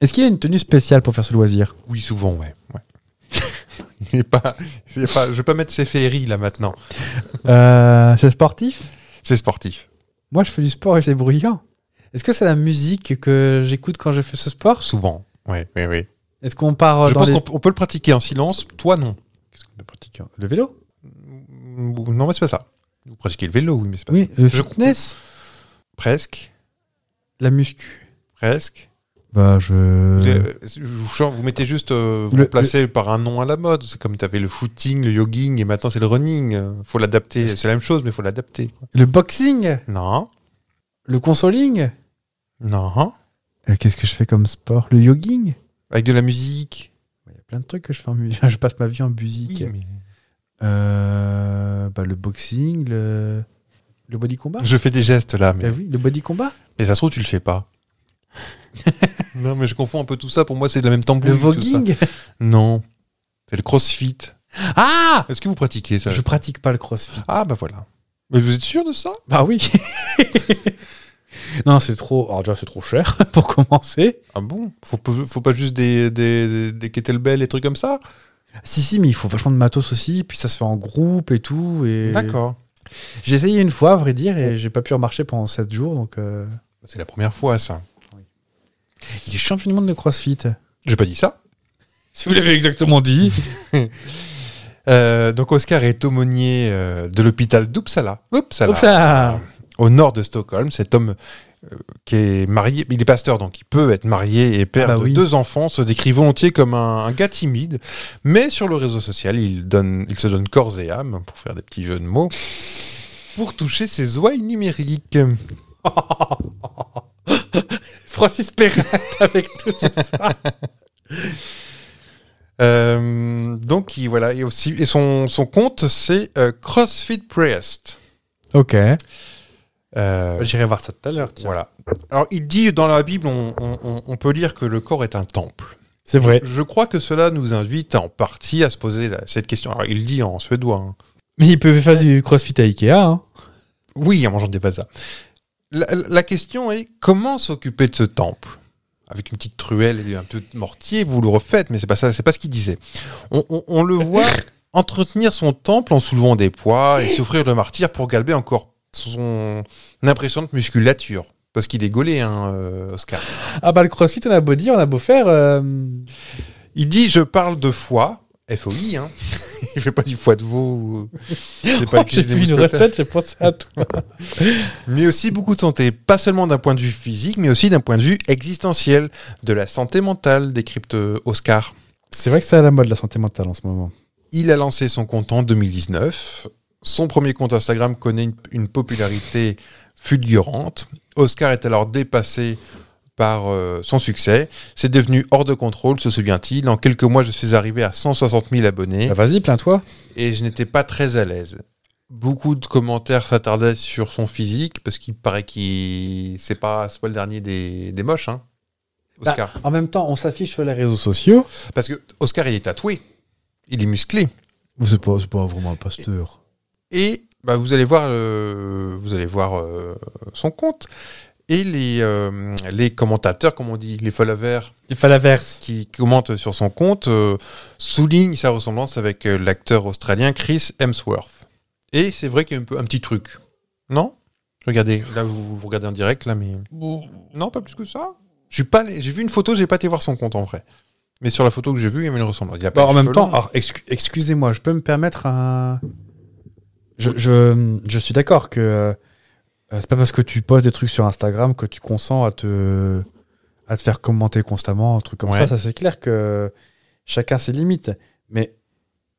A: Est-ce qu'il a une tenue spéciale pour faire ce loisir
B: Oui, souvent, ouais. ouais. (laughs) il est pas, il est pas, je vais pas mettre ses féeries là maintenant.
A: Euh, C'est sportif
B: C'est sportif.
A: Moi, je fais du sport et c'est bruyant. Est-ce que c'est la musique que j'écoute quand je fais ce sport
B: Souvent. Ouais, ouais, ouais.
A: Est-ce qu'on part euh,
B: je
A: dans
B: pense
A: les-
B: qu'on peut- on peut le pratiquer en silence. Toi, non.
A: Qu'est-ce qu'on peut pratiquer Le vélo
B: Non, mais c'est pas ça. Vous pratiquez le vélo, oui, mais c'est pas
A: Oui, le
B: Je-
A: fitness
B: Presque.
A: La muscu
B: Presque.
A: Bah, je...
B: Euh, je- je- Vous mettez juste, euh, vous
A: Le-
B: remplacez par un nom à la mode. C'est comme tu avais le footing, le jogging, et maintenant c'est le running. Euh, Faut l'adapter. C'est la même chose, mais faut l'adapter. quoi.
A: Le boxing
B: Non.
A: Le consoling
B: Non.
A: Euh, Qu'est-ce que je fais comme sport Le jogging
B: Avec de la musique.
A: Il y a plein de trucs que je fais en musique. (laughs) Je passe ma vie en musique.
B: Oui, mais-
A: Euh, bah, le boxing, le, le body combat.
B: Je fais des gestes là, mais
A: Bah oui, le body combat.
B: Mais ça se trouve, tu le
A: (laughs)
B: fais pas. non, mais je confonds un peu tout ça. Pour moi, c'est de la même tambouille.
A: Le
B: tout ça.
A: voguing. (laughs)
B: Non. C'est le crossfit.
A: Ah
B: Est-ce que vous pratiquez ça
A: Je pratique pas le crossfit.
B: Ah, bah voilà. Mais vous êtes sûr de ça
A: Bah oui. (laughs) non, c'est trop. Alors déjà, c'est trop cher (laughs) pour commencer.
B: Ah bon faut, pas- faut pas juste des, des, des kettlebells et trucs comme ça
A: Si, si, mais il faut vachement de matos aussi. Puis ça se fait en groupe et tout. Et... J'ai essayé une fois, à vrai dire, et j'ai pas pu remarcher pendant 7 jours. Donc, euh,
B: C'est la première fois, ça.
A: il est champion du monde de crossfit.
B: J'ai pas dit ça.
A: Si vous l'avez exactement dit.
B: Euh, donc, Oscar est aumônier euh, de l'hôpital d'Uppsala. Uppsala.
A: Hop ça
B: Au nord de Stockholm. Cet homme euh, qui est marié, il est pasteur, donc il peut être marié et père
A: Ah bah
B: de
A: oui.
B: deux enfants, se décrit volontiers comme un, un gars timide, mais sur le réseau social, il, donne, il se donne corps et âme, pour faire des petits jeux de mots, pour toucher ses ouailles numériques.
A: Francis Perrette (laughs) avec tout ça.
B: Euh, donc, il, voilà, et, aussi, et son, son compte, c'est euh, CrossFit Priest.
A: Ok.
B: Euh,
A: J'irai voir ça tout à l'heure.
B: voilà. Alors, il dit dans la Bible, on- on- on- on peut lire que le corps est un temple.
A: C'est vrai.
B: Je crois que cela nous invite en partie à se poser la- cette question. Alors, il dit en suédois. hein.
A: Mais ils peuvent faire du crossfit à Ikea. hein.
B: Oui, en mangeant des vasas. La, la question est comment s'occuper de ce temple Avec une petite truelle et un peu de mortier, vous le refaites, mais c'est pas ça, c'est pas ce qu'il disait. On, on- on le voit entretenir son temple en soulevant des poids et souffrir le martyr pour galber encore son impressionnante musculature. Parce qu'il est gaulé, hein, euh, Oscar.
A: Ah bah le crossfit, on a beau dire, on a beau faire. euh,
B: Il dit Je parle de foi, FOI, hein. (laughs) il fait pas du foie de veau. ou-
A: (laughs)
B: c'est pas le
A: Oh, J'ai
B: cuisinier
A: vu une
B: mousquetaire.
A: recette, j'ai pensé à toi.
B: mais aussi beaucoup de santé, pas seulement d'un point de vue physique, mais aussi d'un point de vue existentiel, de la santé mentale, décrypte euh, Oscar.
D: C'est vrai que c'est à la mode la santé mentale en ce moment.
B: Il a lancé son compte en 2019. Son premier compte Instagram connaît une, une popularité fulgurante. Oscar est alors dépassé par euh, son succès. C'est devenu hors de contrôle, se souvient-il. En quelques mois, je suis arrivé à 160 000 abonnés.
D: Bah, Vas-y, plains-toi.
B: et je n'étais pas très à l'aise. Beaucoup de commentaires s'attardaient sur son physique parce qu'il paraît qu'il c'est pas c'est pas le dernier des, des moches hein. Oscar
A: En même temps, on s'affiche sur les réseaux sociaux.
B: parce que Oscar il est tatoué, il est musclé
A: C'est pas, c'est pas vraiment un pasteur.
B: et bah, vous allez voir euh, vous allez voir euh, son compte et les euh, les commentateurs comme on dit les followers
A: Il fait l'inverse.
B: qui commente sur son compte euh, souligne sa ressemblance avec euh, l'acteur australien Chris Hemsworth. Et c'est vrai qu'il y a un, peu, un petit truc. Non Regardez, là vous, vous regardez en direct, là, mais. Non, pas plus que ça. Je suis pas allé- J'ai vu une photo, j'ai pas été voir son compte en vrai. Mais sur la photo que j'ai vue, il y avait une ressemblance. Il y a pas
D: Bon, Bah, en
B: les
D: même
B: cheveux
D: temps,
B: longs.
D: alors, excu- excusez-moi, je peux me permettre un. Je, je, je suis d'accord que euh, c'est pas parce que tu postes des trucs sur Instagram que tu consens à te, à te faire commenter constamment, un truc comme
B: Ouais.
D: ça. Ça, c'est clair que chacun ses limites. Mais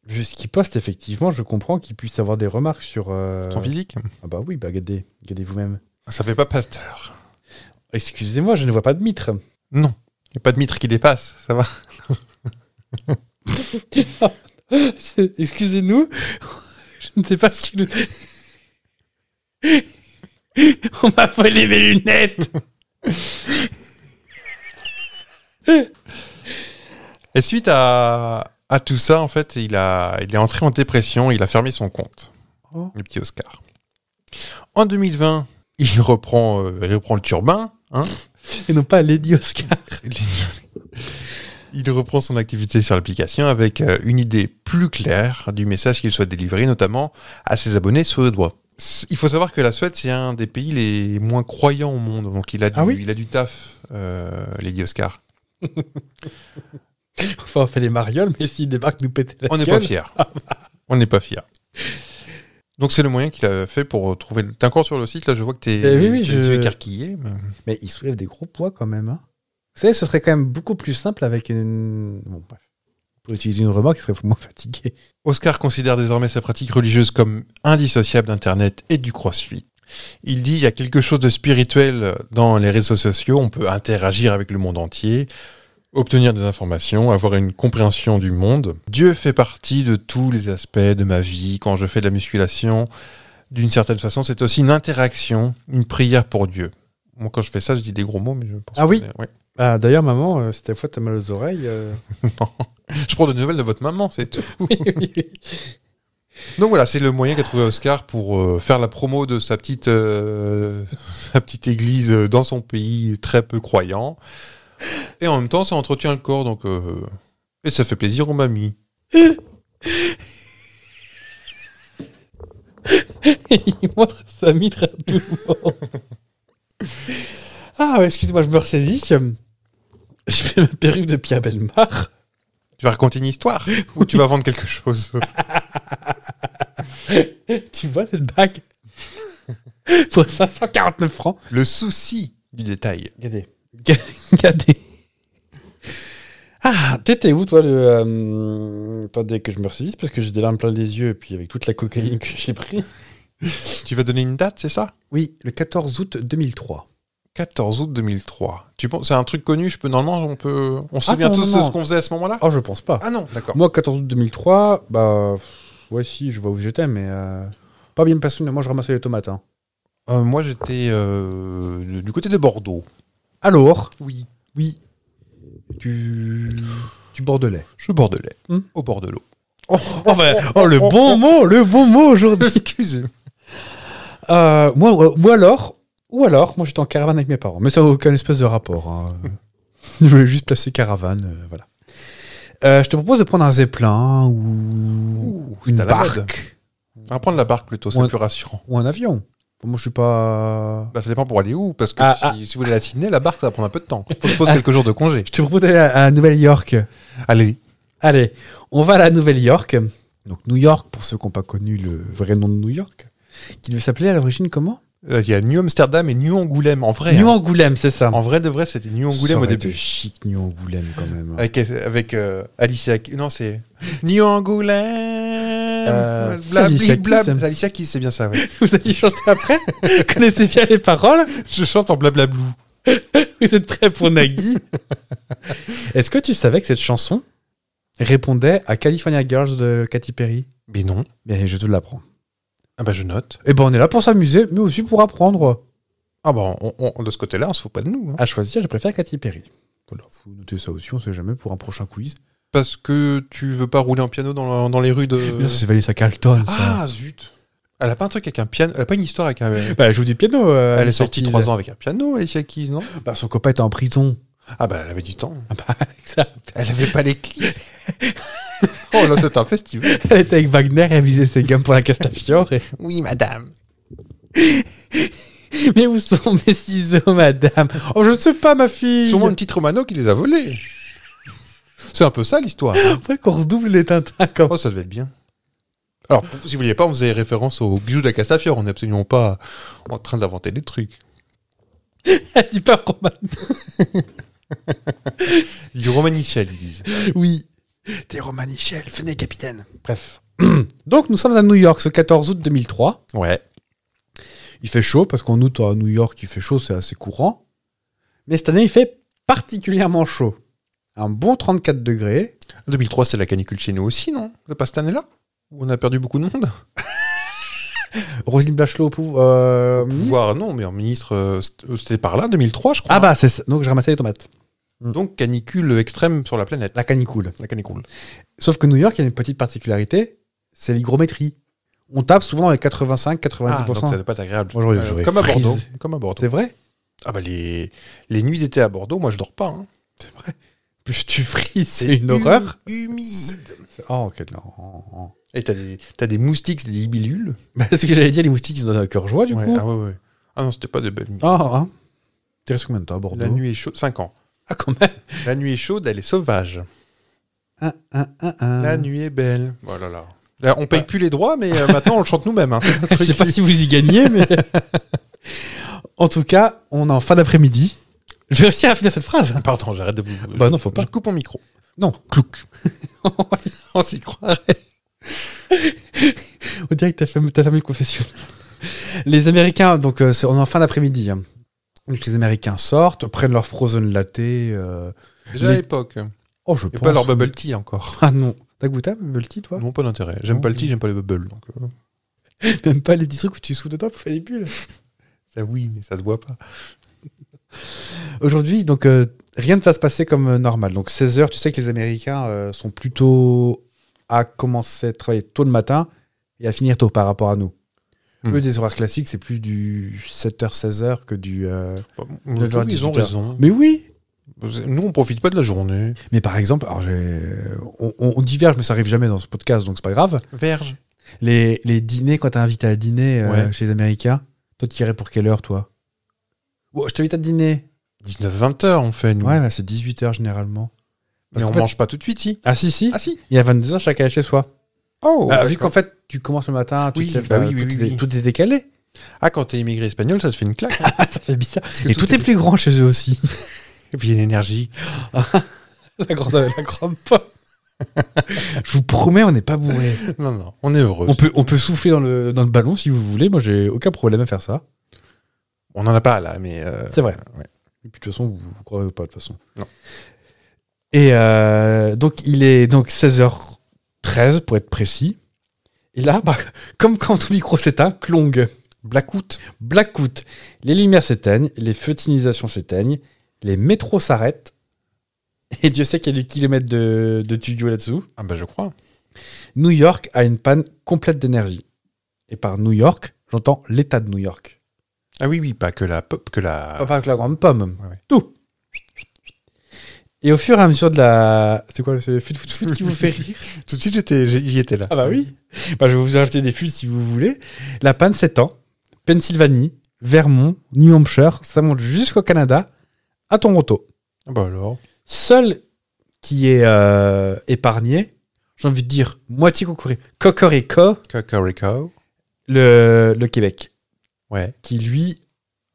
D: vu ce qu'il poste, effectivement, je comprends qu'il puisse avoir des remarques sur. euh,
B: Son physique
D: Ah bah oui, bah regardez, regardez vous-même.
B: Ça fait pas pasteur.
D: Excusez-moi, je ne vois pas de mitre.
B: Non. Il n'y a pas de mitre qui dépasse, ça va.
A: (laughs) Excusez-nous, je ne sais pas ce qu'il nous... (laughs) On m'a volé mes lunettes
B: Et suite à, à tout ça, en fait, il, a, il est entré en dépression, il a fermé son compte.
D: Oh.
B: Le petit Oscar. En 2020, il reprend, euh, il reprend le turbin. hein.
A: Et non pas
D: (laughs)
A: Lady Oscar.
B: il reprend son activité sur l'application avec euh, une idée plus claire du message qu'il souhaite délivrer, notamment à ses abonnés sur le doigt. C- Il faut savoir que la Suède, c'est un des pays les moins croyants au monde. Donc il a du,
D: Ah oui
B: il a du taf, euh, Lady Oscar.
A: Enfin, on fait des marioles, mais s'il débarque nous péter la
B: (laughs) On n'est pas
A: gueule-
B: fiers. On n'est pas fiers. Donc c'est le moyen qu'il a fait pour trouver. le- T'es encore sur le site là, je vois que t'es
D: Eh oui, oui,
B: t'es
D: je-
B: les yeux écarquillés. mais-
D: Mais il soulève des gros poids quand même. hein. Vous savez, ce serait quand même beaucoup plus simple avec une. Bon, bref. Pour utiliser une remorque, il serait moins fatigué.
B: Oscar considère désormais sa pratique religieuse comme indissociable d'Internet et du CrossFit. Il dit il y a quelque chose de spirituel dans les réseaux sociaux, on peut interagir avec le monde entier, obtenir des informations, avoir une compréhension du monde. Dieu fait partie de tous les aspects de ma vie, quand je fais de la musculation, d'une certaine façon, c'est aussi une interaction, une prière pour Dieu. Moi quand je fais ça, je dis des gros mots, mais je pense
D: Ah oui.
B: que- ouais.
D: Ah, D'ailleurs, maman, euh, si cette fois t'as mal aux oreilles.
A: (laughs)
D: euh,
B: Je prends des nouvelles de votre maman, c'est tout. Donc voilà, c'est le moyen qu'a trouvé Oscar pour euh, faire la promo de sa petite, euh, (laughs) sa petite église euh, dans son pays très peu croyant. Et en même temps, ça entretient le corps, donc euh, et ça fait plaisir aux mamies.
A: (laughs) Il montre sa mitre à tout le monde. Ah, ouais, excusez-moi, je me ressaisis. Je fais ma perruque de Pierre Belmar.
B: Tu vas raconter une histoire ou tu vas vendre quelque chose.
A: Tu vois cette bague Pour 549 francs.
B: Le souci du détail.
D: Regardez.
A: Regardez.
D: Ah, t'étais où, toi, le. euh, Attendez que je me ressaisisse parce que j'ai des larmes plein les yeux et puis avec toute la cocaïne que j'ai pris.
B: Tu vas donner une date, c'est ça
A: Oui, le 14 août 2003.
B: 14 août 2003. Tu penses c'est un truc connu Je peux normalement on peut on se
D: Ah
B: souvient
D: non,
B: tous
D: non,
B: de ce
D: non.
B: qu'on faisait à ce moment-là
D: Oh, je pense pas.
B: Ah non, d'accord.
D: Moi, 14 août 2003, bah. pff, Ouais, si, je vois où j'étais, mais. euh, Pas bien passé, mais moi, je ramassais les tomates. hein.
B: Euh, moi j'étais euh, du côté de Bordeaux.
A: Alors,
B: Oui.
A: oui. Tu. Tu bordelais.
B: Je suis bordelais,
D: Hmm.
B: au bord de l'eau. (laughs)
A: Oh, le
B: oh.
A: bon mot, le bon mot aujourd'hui.
B: Excusez.
D: Euh,
A: moi, ou- ou alors, ou alors, moi j'étais en caravane avec mes parents. Mais ça n'a aucun espèce de rapport. hein. (laughs) je voulais juste placer caravane, euh, voilà. Euh, je te propose de prendre un zeppelin ou
B: Ouh, c'est
A: une
B: à la mode.
A: barque
B: On va prendre la barque plutôt, c'est
A: Ouais.
B: plus rassurant.
A: ou un avion. Moi, je suis pas.
B: Bah, ça dépend pour aller où, parce que
A: Ah,
B: si, si vous voulez la Sydney, la barque, ça va prendre un peu de temps. Faut que
A: (laughs)
B: je pose quelques jours de congé.
A: Je te propose d'aller à, à Nouvelle-York.
B: Allez,
A: Allez, on va à la Nouvelle-York. Donc, New York, pour ceux qui n'ont pas connu le vrai nom de New York, qui devait s'appeler à l'origine comment
B: Euh, il y a New Amsterdam et New Angoulême, en vrai.
A: New
B: hein.
A: Angoulême, c'est ça.
B: En vrai de vrai, c'était New
A: Ça
B: Angoulême au
A: aurait
B: début.
A: été chic, New Angoulême, quand même.
B: Avec, avec euh, Alicia Keys. Non, c'est New Angoulême.
A: Euh, c'est
B: blabli,
A: Alicia Keys,
B: blab-
A: ça me-
B: c'est Alicia Keys, c'est bien
A: (laughs)
B: ça, oui.
A: Vous allez chanter après Vous Connaissez bien les paroles
B: Je chante en blablablou.
A: Vous êtes prêts pour Nagui Est-ce que tu savais que cette chanson répondait à California Girls de Katy Perry
B: Mais non.
A: Bien, je te l'apprends.
B: Ah bah je note.
A: Eh ben, on est là pour s'amuser, mais aussi pour apprendre.
B: Ah bah on- on- de ce côté-là, on se fout pas de nous. hein.
A: À choisir, je préfère Katy Perry. Voilà, vous notez ça aussi, on sait jamais pour un prochain quiz.
B: Parce que tu veux pas rouler en piano dans, la- dans les (laughs) rues de.
A: Euh, Ça, c'est Vanessa Carlton, ça.
B: Ah zut. Elle a pas un truc avec un piano. Elle a pas une histoire avec un.
A: Bah, elle joue du piano. euh,
B: elle est
A: Alicia
B: sortie
A: Keys.
B: trois ans avec un piano, Alicia Keys, non
A: Bah, son copain était en prison.
B: Ah bah elle avait du temps.
A: Ça,
B: Elle avait pas les (laughs) clés. oh là, c'est un festival.
A: elle était avec Wagner, elle visait ses gammes pour la Castafiore. et-
B: Oui, madame.
A: (laughs) Mais où sont mes ciseaux, madame Oh, je ne sais pas, ma fille
B: Sûrement une petite Romano qui les a volés. C'est un peu ça l'histoire. hein.
A: Après qu'on redouble les Tintins, comme
B: Oh, ça devait être bien. Alors, pour- si vous ne voyez pas, on faisait référence au bijou de la Castafiore. On n'est absolument pas en train d'inventer des trucs.
A: elle dit pas Roman.
B: Du Romanichel, ils disent.
A: Oui. T'es Roman Michel, venez, capitaine. Bref. (clears throat) Donc, nous sommes à New York ce 14 août 2003.
B: Ouais.
A: Il fait chaud parce qu'en août à New York, il fait chaud, c'est assez courant. Mais cette année, il fait particulièrement chaud. Un bon 34 degrés.
B: 2003, c'est la canicule chez nous aussi, non C'est pas cette année-là Où on a perdu beaucoup de monde
A: Roselyne Bachelot au pouvoir. euh, ministre.
B: Voire non, mais en ministre, euh, c'était- c'était par là, 2003, je crois.
A: Ah bah, c'est ça. Donc, j'ai ramassé les tomates.
B: Donc, canicule extrême sur la planète.
A: La canicule.
B: La canicule.
A: Sauf que New York, il y a une petite particularité c'est l'hygrométrie. On tape souvent dans les 85-90%.
B: Ah, donc ça doit pas être agréable. Euh,
A: Moi, j'aurais- j'aurais
B: comme à
A: frise.
B: Bordeaux. Comme à Bordeaux.
A: c'est vrai
B: Ah bah les, les nuits d'été à Bordeaux, moi je dors pas. hein.
A: Plus tu frises, c'est une
B: Hum-
A: horreur.
B: Humide.
A: Oh, quel (laughs) horreur.
B: Et t'as des, t'as des moustiques, c'est des libellules.
A: Bah, ce que j'allais dire, les moustiques, ils ont un cœur joie, du
B: Ouais,
A: coup.
B: ah ouais, ouais. Ah non, c'était pas de belles nuits.
A: Ah, hein. T'es resté combien de temps à Ah, Bordeaux
B: La nuit est chaude, 5 ans.
A: Ah, quand même.
B: La nuit est chaude, elle est sauvage.
A: Un, un, un, un. (laughs)
B: La nuit est belle. Oh là là. Là, on paye plus les droits, mais euh, maintenant on le chante nous-mêmes. (laughs) hein. C'est un
A: Je
B: truc
A: sais pas
B: qui-
A: si vous y gagnez, (laughs) mais. en tout cas, on est en fin d'après-midi. Je vais réussir à finir cette phrase.
B: Pardon, j'arrête de vous.
A: Bah non, faut pas.
B: Je coupe mon micro.
A: Non, clouc.
B: (laughs) On s'y croirait.
A: On dirait que t'as fait, t'as fermé le confessionnal. Les Américains, donc euh, c'est- on est en fin d'après-midi. hein. Donc les Américains sortent, prennent leur frozen latte. euh,
B: Déjà à
A: Mais-
B: l'époque.
A: Oh, je
B: Et
A: pense.
B: pas leur bubble tea encore.
A: Ah non. T'as goûté à Bubble Tea, toi
B: Non, pas d'intérêt. J'aime
A: Non.
B: pas le tea, j'aime pas les bubbles. Donc, euh,
A: Même pas les petits trucs où tu souffles dedans pour faire les bulles.
B: ça oui, mais ça se boit pas.
A: Aujourd'hui, donc euh, rien ne va se passer comme euh, normal. Donc 16h, tu sais que les Américains euh, sont plutôt à commencer à travailler tôt le matin et à finir tôt par rapport à nous.
B: Hmm.
A: Eux, des horaires classiques, c'est plus du 7h, 16h que du. euh,
B: Bon,
A: Neuf heures,
B: ils ont
A: 18 heures.
B: raison.
A: Mais oui
B: Nous, on profite pas de la journée.
A: Mais par exemple, alors j'ai- on, on- on diverge, mais ça arrive jamais dans ce podcast, donc c'est pas grave.
B: Verge.
A: Les, les dîners, quand t'es invité à dîner euh,
B: Ouais.
A: chez les Américains, toi, tu irais pour quelle heure, toi Ouais, Je t'invite à dîner.
B: 19-20 heures, on fait, nous.
A: Ouais, bah, c'est 18h généralement.
B: mais
A: Parce qu'en
B: on
A: fait-
B: mange pas tout de suite, si.
A: Ah si, si,
B: Ah, si.
A: il y a 22h chacun est chez soi.
B: Oh.
A: Ah,
B: d'accord.
A: vu qu'en fait, tu commences le matin, tu
B: Oui,
A: te lèves,
B: bah oui,
A: euh,
B: oui,
A: tout,
B: oui,
A: est,
B: oui.
A: tout est décalé.
B: Ah, quand t'es immigré espagnol, ça te fait une claque.
A: (laughs)
B: hein,
A: Ah, (laughs) ça fait bizarre.
B: parce que
A: Et tout, est plus grand chez eux aussi.
B: Et puis, il y a une énergie.
A: (laughs) la grande, la grande pomme. Je vous promets, on n'est pas bourré.
B: Non, non, on est heureux.
A: On peut, on peut souffler dans le, dans le ballon si vous voulez. Moi, j'ai aucun problème à faire ça.
B: On n'en a pas, là, mais. euh,
A: C'est vrai.
B: ouais.
A: Et puis de toute façon, vous, vous croirez pas de toute façon.
B: Non.
A: Et euh, donc il est donc 16h13 pour être précis. Et là, bah, (laughs) comme quand ton micro s'éteint, clong.
B: Blackout.
A: Blackout. Les lumières s'éteignent, les feux de signalisation s'éteignent, les métros s'arrêtent. (laughs) Et Dieu sait qu'il y a du kilomètre de, de tuyaux là-dessous.
B: Ah, bah, je crois.
A: New York a une panne complète d'énergie. Et par New York, j'entends l'état de New York.
B: Ah, oui, oui, pas que la pop, que la.
A: Pas avec la grande pomme.
B: Ouais, ouais.
A: Tout. Et au fur et à mesure de la. C'est quoi ce fut fut fut qui vous fait rire
B: Tout de
A: bah
B: suite, j'étais, j'y j'y étais là.
A: Ah bah oui Bah, Je vais vous acheter des futs si vous voulez. La panne s'étend. Pennsylvanie, Vermont, New Hampshire, ça monte jusqu'au Canada, à Toronto.
B: Ah Bah alors.
A: Seul qui est euh, épargné, j'ai envie de dire moitié cocori- cocorico,
B: Cacarico.
A: le, le Québec,
B: Ouais.
A: qui lui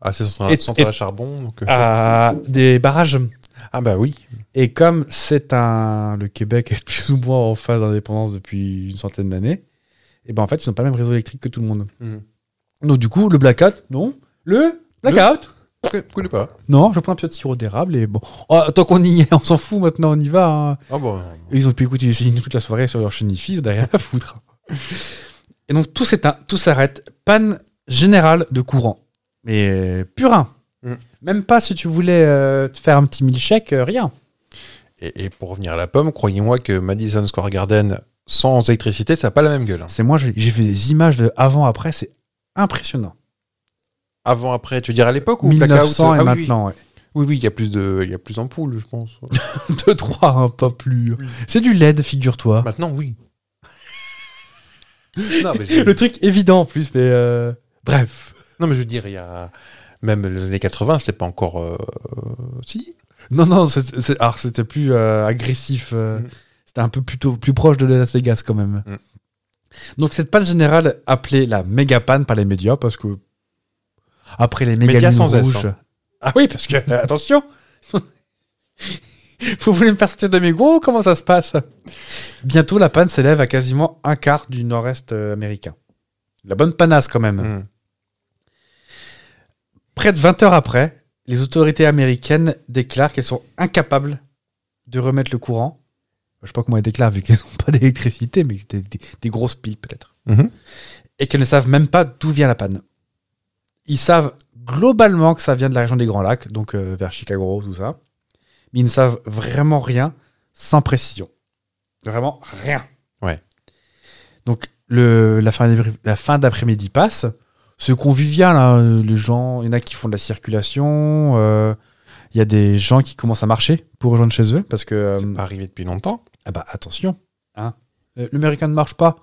B: Ah, c'est
A: Et-
B: central, central
A: et- Ah.
B: à charbon. Donc... euh,
A: a des barrages.
B: Ah bah oui.
A: Et comme c'est un, le Québec est plus ou moins en phase d'indépendance depuis une centaine d'années, et ben en fait ils n'ont pas le même réseau électrique que tout le monde.
B: Mhm.
A: Donc du coup le blackout, non. Le blackout,
B: Je connais pas.
A: non. Je prends un peu de sirop d'érable et bon. Oh, tant qu'on y est, on s'en fout. Maintenant on y va. hein.
B: Ah bah.
A: Et Ils ont pu écouter les signes toute la soirée sur leur chaîne IFIS, derrière la foutre. Et donc tout s'éteint, tout s'arrête. Panne générale de courant. Mais euh, purin.
B: Mm.
A: Même pas si tu voulais euh, te faire un petit milkshake, euh, rien.
B: Et, et pour revenir à la pomme, croyez-moi que Madison Square Garden sans électricité, ça n'a pas la même gueule. hein.
A: C'est moi, j'ai j'ai fait des images de avant après, c'est impressionnant.
B: Avant, après, tu dirais à l'époque ou blackout
A: 1900 et
B: Ah oui,
A: (laughs)
B: oui.
A: maintenant, ouais.
B: Oui, oui, il y a plus de, il y a plus d'ampoules, je
A: (laughs)
B: pense.
A: 2 3 pas plus.
E: C'est du LED, figure-toi.
B: maintenant, oui. non, mais je,
A: Le truc évident en plus, mais euh, bref.
B: non, mais je veux dire, il y a même les années 80, c'était pas encore. euh, euh, si.
A: Non non, c'est- c'est- alors c'était plus euh, agressif, euh,
B: Mm.
A: c'était un peu plutôt plus proche de Las Vegas quand même.
B: Mm.
A: Donc cette panne générale appelée la méga panne par les médias parce que après les méga
B: Médias
A: lignes
B: sans S,
A: rouges.
B: hein.
A: (laughs) Ah oui, parce que euh, attention. (laughs) Vous voulez me faire sortir de mes gros ou Comment ça se passe Bientôt, la panne s'élève à quasiment un quart du nord-est euh, américain. La bonne panasse quand même.
B: Hmm.
A: Près de 20 heures après, les autorités américaines déclarent qu'elles sont incapables de remettre le courant. Je sais pas comment elles déclarent, vu qu'elles n'ont pas d'électricité, mais des, des- des grosses piles peut-être.
B: Mhm.
A: Et qu'elles ne savent même pas d'où vient la panne. Ils savent globalement que ça vient de la région des Grands Lacs, donc euh, vers Chicago, tout ça. Mais ils ne savent vraiment rien sans précision. Vraiment rien.
B: Ouais.
A: Donc le, la fin d'apr- la fin d'après-midi passe c'est convivial. hein, Les gens, il y en a qui font de la circulation. euh, Il y a des gens qui commencent à marcher pour rejoindre chez eux parce que euh,
B: C'est pas arrivé depuis longtemps.
A: ah bah attention, hein. Euh, l'américain ne marche pas.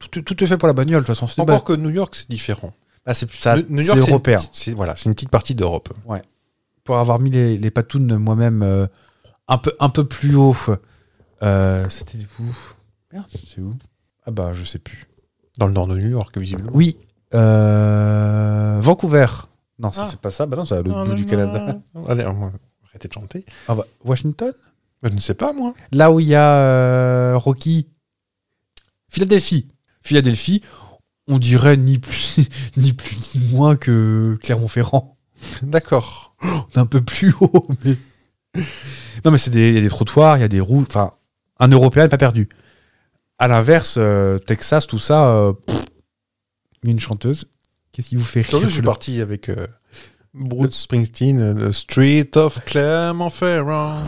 A: Tout, est- tout est fait pour la bagnole de toute façon. C'est
B: Encore que New York, c'est différent.
A: Ah, c'est ça,
B: New- New
A: c'est
B: York, c'est une
A: européen.
B: petite- C'est voilà, c'est une petite partie d'Europe.
A: Pour avoir mis les, les patounes moi-même euh, un peu un peu plus haut. euh, C'était où Merde, c'est où Ah bah je sais plus.
B: Dans le nord de New York, visiblement.
A: Oui, euh, Vancouver. Non, ça,
B: Ah.
A: c'est pas ça. Bah non, c'est à l'autre bout du Canada.
B: Allez, euh, arrêtez de chanter. Euh,
A: Ah bah, Washington.
B: Je ne sais pas, moi. (laughs)
A: là où il y a euh, Rocky, Philadelphie. Philadelphie, on dirait ni plus (laughs) ni, plus, ni moins que Clermont-Ferrand.
B: D'accord.
A: On est un peu plus (laughs) haut, mais. Non, mais c'est des- il y a des trottoirs, il y a des roues. Enfin, un Européen n'est pas perdu. À l'inverse, euh, Texas, tout ça, euh, pff, il y a une chanteuse. Qu'est-ce qui vous fait rire
B: Aujourd'hui, je suis
A: le-
B: parti avec euh, Bruce Springsteen, euh, The Street of Clermont-Ferrand.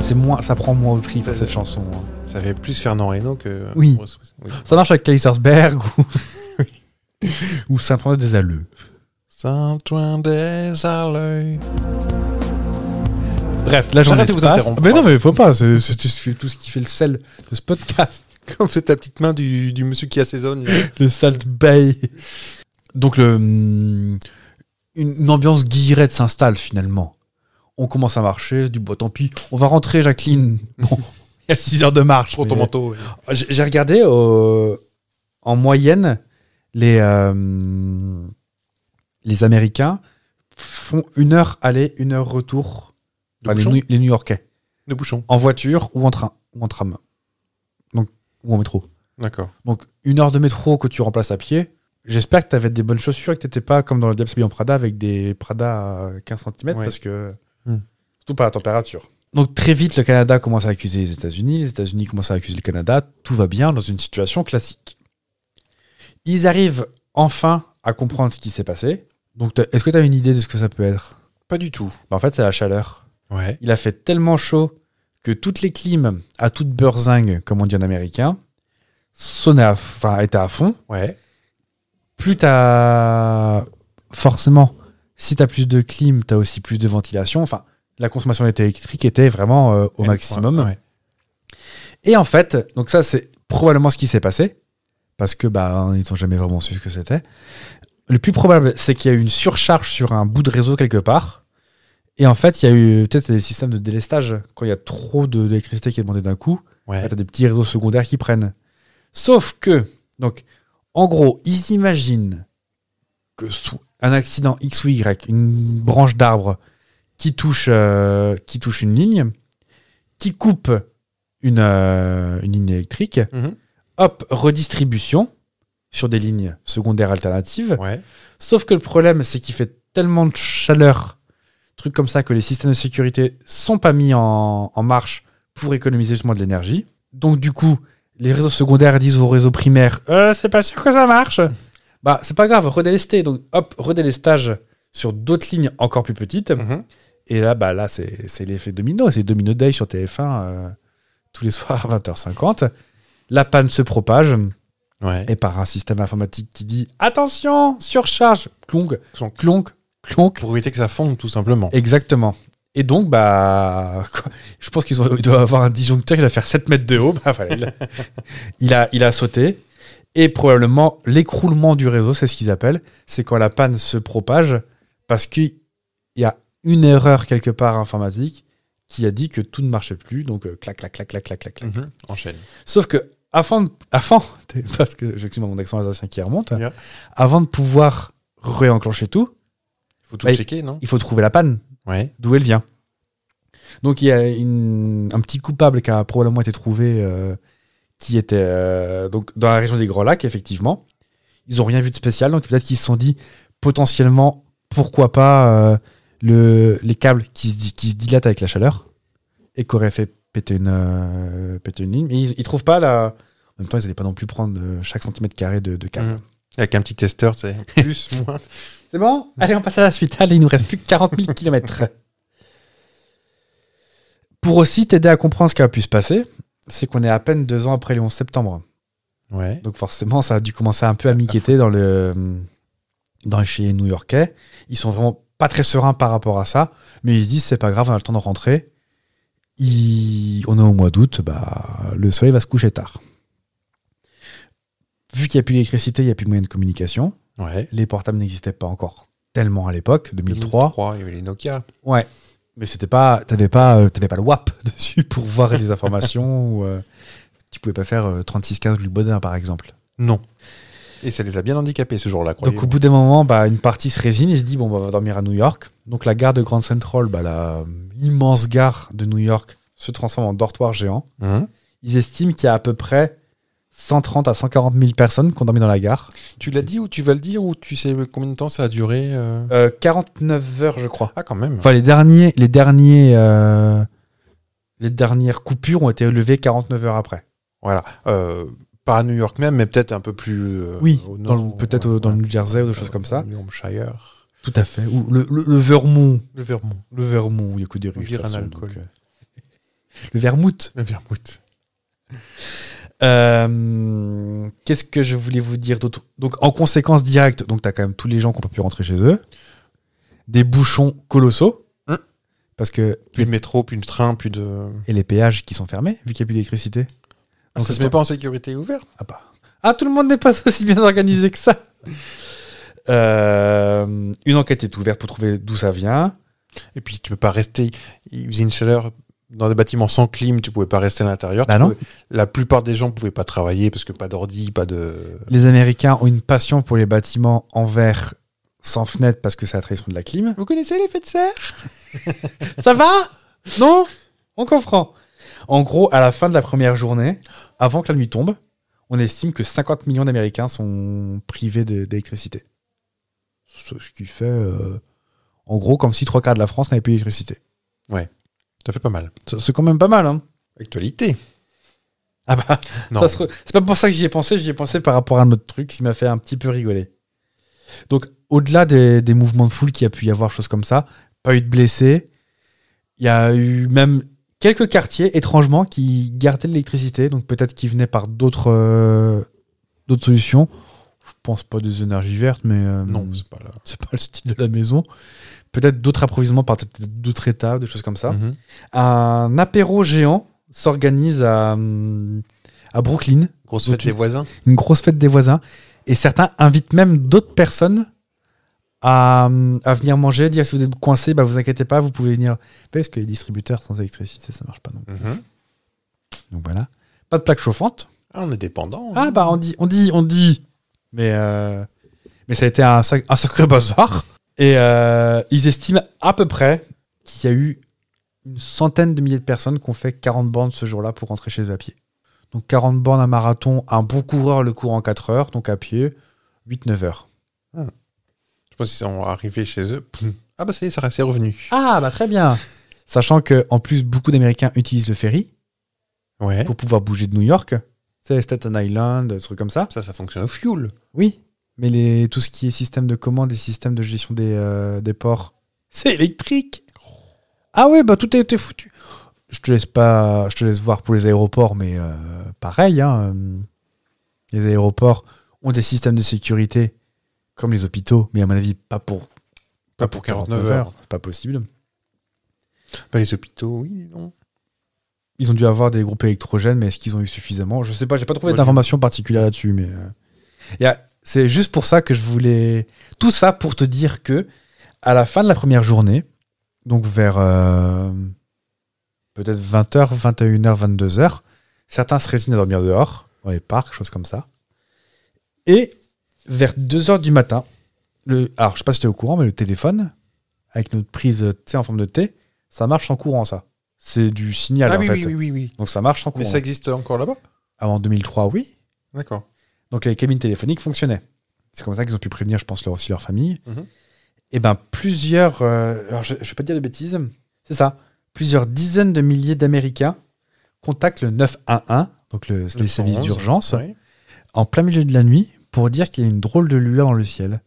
A: C'est moins, ça prend moins au trip
B: C'est-
A: cette chanson. hein.
B: Ça fait plus Fernand Reynaud que.
A: Oui.
B: Bruce Springsteen. Oui.
A: Ça marche avec Kaisersberg ou, ou (laughs) Saint-André des Alleux.
B: Saint-Ouen des Arleux.
A: Bref, là j'en
B: J'arrête
A: ai
B: de vous
A: espace.
B: interrompre.
A: Ah, Mais non, mais faut pas. C'est c'est tout ce qui- tout ce qui fait le sel de ce podcast,
B: (laughs) Comme c'est ta petite main du, du monsieur qui
A: (laughs)
B: assaisonne. là.
A: le salt bay. Donc le, hum, une, une ambiance guillerette s'installe finalement. On commence à marcher, du bois. Tant pis, on va rentrer, (laughs) Jacqueline. Bon, il y a 6 heures de marche.
B: Prends ton
A: mais-
B: manteau. euh, ouais.
A: J'ai j'ai regardé euh, en moyenne les euh, les Américains font une heure aller, une heure retour.
B: De
A: Enfin, les,
B: bouchon.
A: New- les New-Yorkais.
B: De bouchon.
A: en voiture ou en train ou en tram. Donc ou en métro.
B: D'accord.
A: Donc une heure de métro que tu remplaces à pied. J'espère que tu avais des bonnes chaussures et que t'étais pas comme dans le Diable s'habille en Prada avec des Prada à 15 cm
B: Ouais.
A: parce que
B: Hmm.
A: surtout pas la température. Donc très vite le Canada commence à accuser les États-Unis, les États-Unis commencent à accuser le Canada, tout va bien dans une situation classique. Ils arrivent enfin à comprendre ce qui s'est passé. Donc t'as- est-ce que tu as une idée de ce que ça peut être
B: Pas du tout.
A: Bah, En fait, c'est la chaleur.
B: Ouais.
A: Il a fait tellement chaud que toutes les clims à toute beurzingue, comme on dit en américain, sonnaient à, enfin, étaient à fond.
B: Ouais.
A: Plus t'as. Forcément, si t'as plus de clim, t'as aussi plus de ventilation. Enfin, la consommation électrique était vraiment euh, au maximum.
B: Ouais.
A: Et en fait, donc ça, c'est probablement ce qui s'est passé. parce que bah, ils n'ont jamais vraiment su ce que c'était. Le plus probable, c'est qu'il y a eu une surcharge sur un bout de réseau quelque part. Et en fait, il y a eu peut-être des systèmes de délestage. Quand il y a trop de- d'électricité qui est demandée d'un coup,
B: Ouais.
A: Là, t'as des petits réseaux secondaires qui prennent. Sauf que, donc, en gros, ils imaginent que sous un accident X ou Y, une branche d'arbre qui touche, euh, qui touche une ligne, qui coupe une, euh, une ligne électrique,
B: Mhm.
A: hop, redistribution sur des lignes secondaires alternatives.
B: Ouais.
A: Sauf que le problème, c'est qu'il fait tellement de chaleur, trucs comme ça, que les systèmes de sécurité sont pas mis en, en marche pour économiser justement de l'énergie. Donc du coup, les réseaux secondaires disent aux réseaux primaires, Euh, c'est pas sûr que ça marche. Bah c'est pas grave, redélester. Donc hop, redélestage sur d'autres lignes encore plus petites.
B: Mhm.
A: Et là, bah là, c'est c'est l'effet domino. C'est Domino Day sur TF1 euh, tous les soirs à 20h50. La panne se propage
B: Ouais.
A: et par un système informatique qui dit attention, surcharge, clonk,
B: Clonk.
A: clonk, clonk.
B: Pour éviter que ça fonde, tout simplement.
A: Exactement. Et donc, bah, (laughs) quoi, je pense qu'ils ont- ils doivent avoir un disjoncteur qui doit faire 7 mètres de haut. Bah, voilà, il, a, (laughs) il, a, il a sauté. Et probablement, l'écroulement du réseau, c'est ce qu'ils appellent. C'est quand la panne se propage parce qu'il y a une erreur quelque part informatique qui a dit que tout ne marchait plus. Donc, euh, clac, clac, clac, clac, clac, clac, clac.
B: Mhm. Enchaîne.
A: Sauf que avant de, avant de- (laughs) parce que j'exprime mon accent alsacien qui remonte,
B: Yeah.
A: avant de pouvoir réenclencher tout,
B: Faut tout
A: Bah, il-
B: checker, non
A: il faut trouver la panne,
B: Ouais.
A: d'où elle vient. Donc il y a une- un petit coupable qui a probablement été trouvé, euh, qui était euh, donc dans la région des Grands Lacs, effectivement. Ils n'ont rien vu de spécial, donc peut-être qu'ils se sont dit potentiellement, pourquoi pas euh, le, les câbles qui se, di- qui se dilatent avec la chaleur et qu'aurait fait péter une, euh, péter une ligne. Mais ils, ils trouvent pas la. En même temps, ils n'allaient pas non plus prendre euh, chaque centimètre carré de, de câble.
B: Mhm. Avec un petit testeur,
A: (laughs)
B: tu sais. Plus, moins.
A: C'est bon Allez, on passe à la suite. Allez, il nous reste plus que 40 000 km. Pour aussi t'aider à comprendre ce qui a pu se passer, c'est qu'on est à peine deux ans après le 11 septembre.
B: Ouais.
A: Donc forcément, ça a dû commencer un peu à miqueter dans le, dans le chez new-yorkais. Ils sont vraiment pas très sereins par rapport à ça, mais ils se disent c'est pas grave, on a le temps de rentrer. Il- On est au mois d'août, bah, le soleil va se coucher tard. Vu qu'il n'y a plus d'électricité, il n'y a plus de moyen de communication
B: Ouais.
A: les portables n'existaient pas encore tellement à l'époque, 2003.
B: Il y avait les Nokia.
A: Ouais. Mais c'était pas, t'avais pas, euh, t'avais pas le WAP (laughs) dessus pour voir les informations. (laughs) ou, euh, tu pouvais pas faire euh, 3615 Louis Baudin par exemple.
B: Non. Et ça les a bien handicapés ce jour-là,
A: Donc au bout d'un moment, bah, une partie se résigne et se dit bon, bah, on va dormir à New York. Donc la gare de Grand Central, bah, la euh, immense gare de New York, se transforme en dortoir géant.
B: Hein
A: Ils estiment qu'il y a à peu près 130 à 140 000 personnes qui ont dormi dans la gare.
B: Tu l'as dit ou tu vas le dire ou tu sais combien de temps ça a duré euh
A: Euh, 49 heures, je crois.
B: Ah, quand même.
A: Enfin, les derniers, les derniers, euh, les dernières coupures ont été levées 49 heures après.
B: Voilà. Euh, pas à New York même, mais peut-être un peu plus. euh,
A: Oui,
B: au
A: dans le-
B: nord,
A: peut-être
B: ouais,
A: au- dans le
B: ouais.
A: New Jersey ou des choses comme ça.
B: New Hampshire.
A: Tout à fait. Ou le, le, le Vermont.
B: Le Vermont.
A: Le Vermont, il y a que des
B: riches, de toute façon, donc,
A: Le Vermouth.
B: Le Vermouth.
A: Euh, Qu'est-ce que je voulais vous dire d'autre Donc, en conséquence directe, donc t'as quand même tous les gens qui n'ont pas pu rentrer chez eux. Des bouchons colossaux.
B: Hum.
A: Parce que.
B: Plus de métro, plus de train, plus de.
A: Et les péages qui sont fermés, vu qu'il n'y a plus d'électricité.
B: Ah, ça se met pas en sécurité ouverte
A: Ah bah. Ah, tout le monde n'est pas (laughs) aussi bien organisé que ça. Euh, une enquête est ouverte pour trouver d'où ça vient.
B: Et puis tu peux pas rester. Il faisait une chaleur dans des bâtiments sans clim, tu pouvais pas rester à l'intérieur.
A: Bah
B: Tu
A: non.
B: pouvais- La plupart des gens pouvaient pas travailler parce que pas d'ordi, pas de.
A: Les Américains ont une passion pour les bâtiments en verre sans fenêtre parce que c'est la trahison de la clim.
B: Vous connaissez l'effet de serre
A: Ça va Non On comprend. En gros, à la fin de la première journée, avant que la nuit tombe, on estime que 50 millions d'Américains sont privés de- d'électricité. Ce ce qui fait, euh, en gros, comme si trois quarts de la France n'avait plus d'électricité.
B: Ça fait pas mal.
A: C'est c'est quand même pas mal, hein
B: Actualité.
A: Ah bah,
B: Non. Euh,
A: ça se re- c'est pas pour ça que j'y ai pensé, j'y ai pensé par rapport à un autre truc qui m'a fait un petit peu rigoler. Donc, au-delà des, des mouvements de foule qu'il y a pu y avoir, choses comme ça, pas eu de blessés. Il y a eu même quelques quartiers, étrangement, qui gardaient de l'électricité, donc peut-être qu'ils venaient par d'autres euh, d'autres solutions. Je pense pas des énergies vertes, mais euh,
B: Non, c'est pas là.
A: c'est pas le style de la maison. Peut-être d'autres approvisionnements par peut-être d'autres états, des choses comme ça
B: Mhm.
A: un apéro géant s'organise à, hum, à Brooklyn
B: Grosse
A: Donc
B: fête
A: tu-
B: des voisins.
A: une grosse fête des voisins. Et certains invitent même d'autres personnes à, euh, à venir manger, dire si vous êtes coincé, bah vous inquiétez pas, vous pouvez venir. Parce que les distributeurs sans électricité, ça marche pas non. plus.
B: Mhm.
A: Donc voilà. Pas de plaque chauffante.
B: Ah, on est dépendant.
A: Ah bah on dit, on dit, on dit. Mais, euh, mais ça a été un, sac- un sacré bazar. Et euh, ils estiment à peu près qu'il y a eu une centaine de milliers de personnes qui ont fait 40 bornes ce jour-là pour rentrer chez eux à pied. Donc 40 bornes à marathon, un bon coureur le court en 4 heures, donc à pied, 8-9 heures.
B: Je pense qu'ils sont arrivés chez eux. Poum. Ah bah ça y est, ça c'est revenu.
A: Ah bah très bien (laughs) Sachant que en plus beaucoup d'Américains utilisent le ferry
B: Ouais.
A: pour pouvoir bouger de New York. C'est Staten Island, des trucs comme ça.
B: Ça, ça fonctionne au fuel.
A: Oui, mais les, tout ce qui est système de commande et système de gestion des, euh, des ports, (laughs) c'est électrique. Ah ouais, bah tout a été foutu. Je te laisse pas, je te laisse voir pour les aéroports, mais euh, pareil. hein, euh, les aéroports ont des systèmes de sécurité comme les hôpitaux, mais à mon avis pas pour
B: Pas pour 49 heures.
A: C'est pas possible.
B: Pas Bah, les hôpitaux, oui, non.
A: Ils ont dû avoir des groupes électrogènes, mais est-ce qu'ils ont eu suffisamment Je sais pas, j'ai pas trouvé
B: Moi,
A: d'informations particulières là-dessus, mais euh, y a- c'est juste pour ça que je voulais tout ça pour te dire que à la fin de la première journée, donc vers euh, peut-être 20h, 21h, 22h, certains se résignent à dormir dehors dans les parcs, choses comme ça. Et vers 2h du matin, le alors je sais pas si tu es au courant mais le téléphone avec notre prise euh, tu sais, en forme de T, ça marche sans courant ça. C'est du signal
B: ah
A: en
B: oui,
A: fait.
B: oui, oui, oui, oui.
A: Donc ça marche sans
B: Mais
A: courant.
B: ça existe encore là-bas
A: Avant 2003, oui.
B: D'accord.
A: Donc les cabines téléphoniques fonctionnaient. C'est comme ça qu'ils ont pu prévenir, je pense, leur, aussi leur famille.
B: Mhm.
A: Et ben plusieurs, euh, alors je, je vais pas dire de bêtises, c'est ça, plusieurs dizaines de milliers d'Américains contactent le 911, donc le, c'est le service
B: 911,
A: d'urgence,
B: Ouais.
A: en plein milieu de la nuit pour dire qu'il y a une drôle de lueur dans le ciel.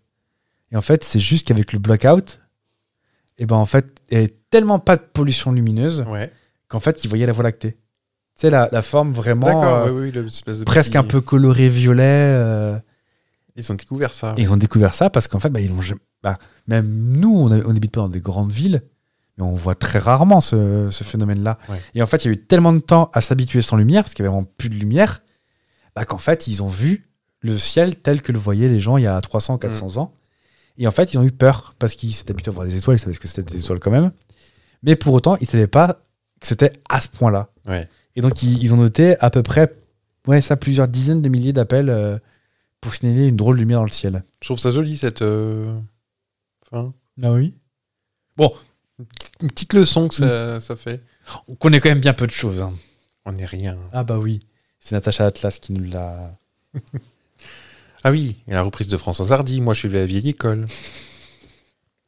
A: Et en fait, c'est juste qu'avec le blackout, et ben en fait, il y avait tellement pas de pollution lumineuse
B: Ouais.
A: qu'en fait, ils voyaient la Voie lactée. C'est la, la forme vraiment. euh,
B: D'accord, oui, oui, l'espèce de
A: presque
B: petit-
A: un peu coloré violet. euh,
B: Ils ont découvert ça.
A: et ils ont découvert ça parce qu'en fait, bah, ils l'ont jamais- bah, même nous, on a- on n'habite pas dans des grandes villes, mais on voit très rarement ce, ce phénomène-là.
B: Ouais.
A: Et en fait, il y a eu tellement de temps à s'habituer sans lumière, parce qu'il n'y avait vraiment plus de lumière, bah, qu'en fait, ils ont vu le ciel tel que le voyaient les gens il y a
B: Mm.
A: 300, 400 ans. Et en fait, ils ont eu peur parce qu'ils s'étaient habitués à voir des étoiles, ils savaient ce que c'était des étoiles quand même. Mais pour autant, ils ne savaient pas que c'était à ce point-là.
B: Ouais.
A: Et donc, ils, ils ont noté à peu près ouais, ça, plusieurs dizaines de milliers d'appels euh, pour signaler une drôle de lumière dans le ciel.
B: Je trouve ça joli, cette. euh, Enfin,
A: Ah oui
B: une petite leçon que
A: Mm.
B: ça, ça fait.
A: On connaît quand même bien peu de choses. hein.
B: On n'est rien.
A: Ah bah oui. C'est Natacha Atlas qui nous l'a.
B: Ah oui, et la reprise de François Hardy. Moi, je suis de la vieille école.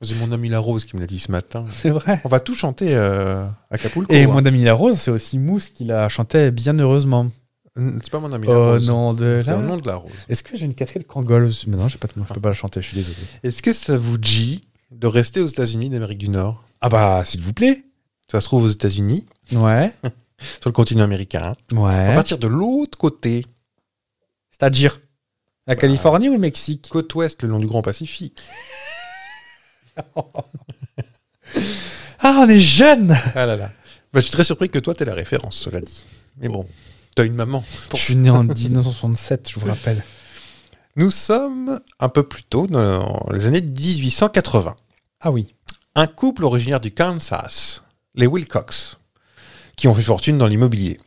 B: C'est mon ami La Rose qui me l'a dit ce matin.
A: (laughs) C'est vrai.
B: On va tout chanter euh, Acapulco.
A: Et
B: hein.
A: mon ami La Rose, c'est aussi Mousse qui l'a chanté bien heureusement.
B: N- C'est pas mon ami La
A: Oh
B: Rose.
A: non de
B: C'est
A: la.
B: un nom de La Rose.
A: Est-ce que j'ai une casquette Kangol Mais non, j'ai pas de- je peux pas la chanter, je suis désolé.
B: Est-ce que ça vous dit de rester aux États-Unis d'Amérique du Nord
A: Ah bah, s'il vous plaît.
B: Ça se trouve aux États-Unis,
A: Ouais.
B: sur le continent américain. À
A: Ouais.
B: partir de l'autre côté,
A: C'est-à-dire la
B: Bah.
A: Californie ou le Mexique
B: côte ouest, le long du Grand Pacifique.
A: Ah, on est jeunes
B: Ah là là. Bah, je suis très surpris que toi, t'aies la référence, cela dit. Mais bon, t'as une maman.
A: Je suis né en 1967, je vous rappelle.
B: Nous sommes un peu plus tôt, dans les années 1880.
A: Ah oui.
B: un couple originaire du Kansas, les Wilcox, qui ont fait fortune dans l'immobilier.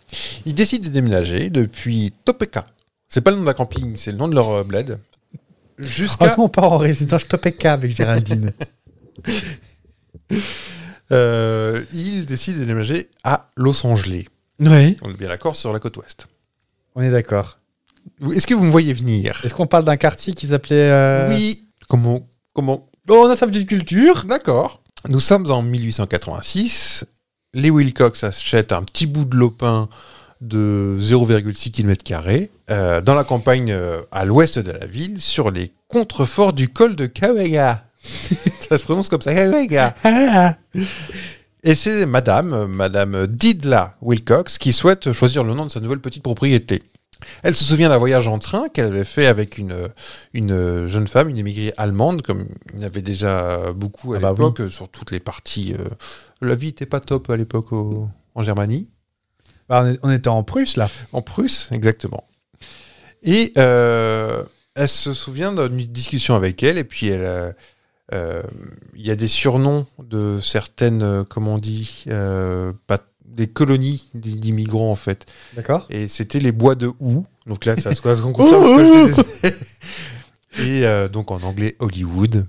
B: Ils décident de déménager depuis Topeka. C'est pas le nom d'un camping, c'est le nom de leur euh, bled.
A: Ah
B: Jusqu'à
A: non, on part en résidence Topeka avec Géraldine.
B: euh, ils décident de déménager à Los Angeles.
A: oui.
B: On est bien d'accord sur la côte ouest.
A: On est d'accord.
B: Vous- Est-ce que vous me voyez venir
A: Est-ce qu'on parle d'un quartier qui s'appelait. euh,
B: Oui. Comment Comment
A: Oh, on a sa petite culture.
B: D'accord. Nous sommes en 1886. Les Wilcox achètent un petit bout de lopin de 0,6 km dans la campagne euh, à l'ouest de la ville, sur les contreforts du col
A: (laughs)
B: de Kawega. Ça se prononce comme ça, Kawega.
A: Ah.
B: Et c'est madame, euh, madame Didla Wilcox, qui souhaite choisir le nom de sa nouvelle petite propriété. Elle se souvient d'un voyage en train qu'elle avait fait avec une, une jeune femme, une émigrée allemande, comme il y en avait déjà beaucoup à
A: Ah bah
B: l'époque, euh, sur toutes les parties. euh, la vie n'était pas top à l'époque au- en Germanie.
A: Bah, on, est- on était en Prusse là.
B: En Prusse, exactement. Et euh, elle se souvient d'une discussion avec elle, et puis elle, euh, euh, il y a des surnoms de certaines, euh, comment on dit, euh, pas- des colonies d'i- d'immigrants en fait.
D: D'accord
B: Et c'était les bois de Hou. Donc là, ça se ça se confirme ce
D: (laughs)
B: que je te disais. Et euh, donc en anglais, Hollywood.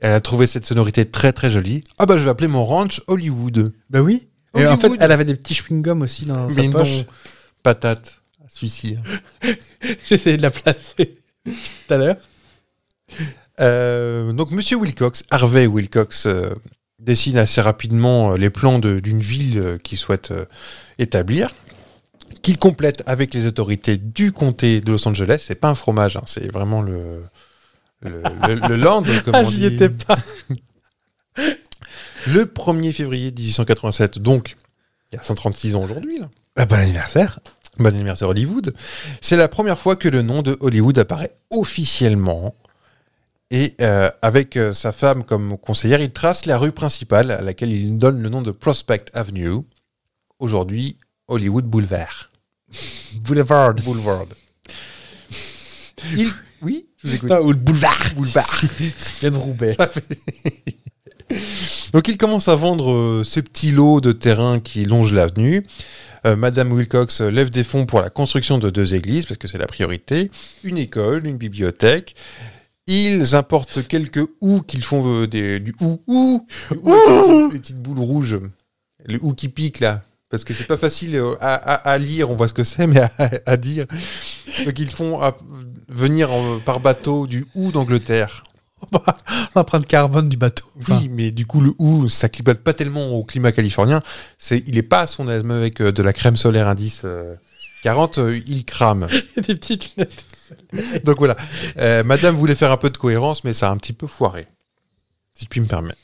B: Elle a trouvé cette sonorité très très jolie. Ah bah je vais appeler mon ranch Hollywood.
D: Bah oui. Et en fait,
B: Hollywood.
D: elle avait des petits chewing-gums aussi dans
B: Mais
D: sa poche. (laughs)
B: non, patate. Celui-ci. hein.
D: J'essayais de la placer tout à l'heure.
B: Euh, donc Monsieur Wilcox, Harvey Wilcox, euh, dessine assez rapidement euh, les plans de- d'une ville euh, qu'il souhaite euh, établir, qu'il complète avec les autorités du comté de Los Angeles. C'est pas un fromage, hein, c'est vraiment le le,
D: (laughs)
B: le- le land, comme
D: Ah,
B: on
D: j'y
B: dit.
D: étais pas.
B: Le 1er février 1887, donc il y a 136 ans aujourd'hui, là.
A: Ah, bon anniversaire.
B: Bon anniversaire Hollywood. C'est la première fois que le nom de Hollywood apparaît officiellement. Et euh, avec euh, sa femme comme conseillère, il trace la rue principale à laquelle il donne le nom de Prospect Avenue. Aujourd'hui, Hollywood Boulevard.
A: Boulevard.
B: Boulevard. Il- Oui, je vous écoute.
D: Putain, ou le boulevard. (laughs)
B: Boulevard.
D: qui vient de Roubaix.
B: Donc il commence à vendre euh, ces petits lots de terrain qui longent l'avenue. Euh, Madame Wilcox euh, lève des fonds pour la construction de deux églises, parce que c'est la priorité, une école, une bibliothèque. Ils importent quelques ou qu'ils font euh, des, du ou, ou, du ou, des, petites, des petites boules rouges. Le ou qui pique là. Parce que c'est pas facile euh, à, à- à lire, on voit ce que c'est, mais à, à dire. Donc ils font à- venir en- par bateau du ou d'Angleterre.
A: L'empreinte carbone du bateau. Enfin,
B: Oui, mais du coup, le OU, ça clipate pas tellement au climat californien. C'est, il est pas à son asthme avec euh, de la crème solaire indice euh, 40, euh, il crame.
D: des petites lunettes.
B: (laughs) Donc voilà. Euh, madame voulait faire un peu de cohérence, mais ça a un petit peu foiré. Si je puis me permettre.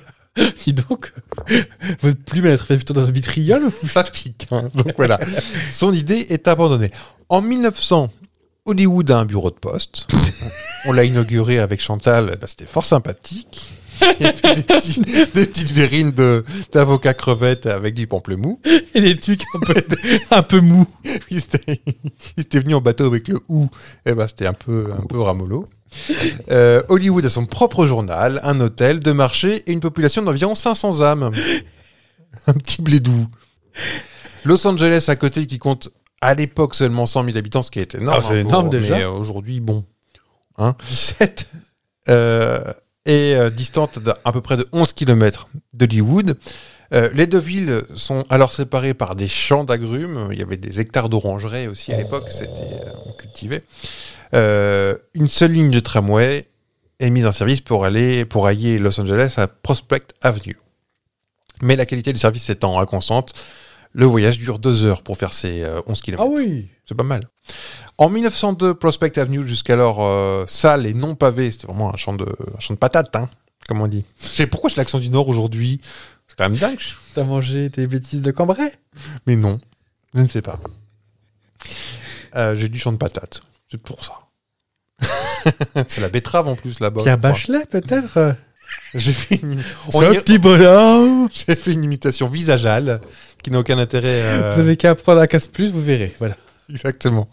A: (laughs) dis donc. euh, Votre plume, elle est plutôt dans un vitriol
B: Ça pique. hein. Donc voilà. Son idée est abandonnée. En 1900, Hollywood a un bureau de poste. On l'a inauguré avec Chantal. Bah, c'était fort sympathique. (laughs) Il y avait des, petits- des petites verrines de, d'avocats crevettes avec du pamplemousse.
A: et des trucs un peu, (laughs) un peu mous.
B: (laughs) il s'était il s'était venu en bateau avec le ou. Et ben, c'était un peu, un peu ramolo. Euh, Hollywood a son propre journal, un hôtel, deux marchés et une population d'environ 500 âmes. (laughs) Un petit blé doux. Los Angeles à côté qui compte à l'époque seulement 100 000 habitants, ce qui est énorme.
A: Ah, c'est
B: hein,
A: énorme
B: mais,
A: déjà.
B: euh, Aujourd'hui, bon.
A: 17.
B: Euh, et euh, distante d'à à peu près de 11 km d'Hollywood. Euh, les deux villes sont alors séparées par des champs d'agrumes. Il y avait des hectares d'orangeraies aussi à l'époque, c'était euh, on cultivait. Euh, une seule ligne de tramway est mise en service pour aller pour allier Los Angeles à Prospect Avenue. Mais la qualité du service étant inconstante, le voyage dure deux heures pour faire ces euh, 11 km.
D: Ah oui.
B: C'est pas mal. En 1902, Prospect Avenue, jusqu'alors euh, sale et non pavé, c'était vraiment un champ de, un champ de patates, hein, comme on dit. Je sais pourquoi j'ai l'accent du Nord aujourd'hui. C'est quand même dingue. je-
D: T'as mangé tes bêtises de Cambrai
B: Mais non, je ne sais pas. Euh, j'ai du champ de patates. C'est pour (laughs) ça. c'est la betterave en plus là-bas.
D: Pierre
B: je crois.
D: Bachelet, peut-être
B: J'ai fait, une... on
A: Ce
B: y-
A: petit bonhomme.
B: j'ai fait une imitation visageale qui n'a aucun intérêt. euh,
D: Vous avez qu'à apprendre à casse plus, vous verrez. Voilà.
B: Exactement.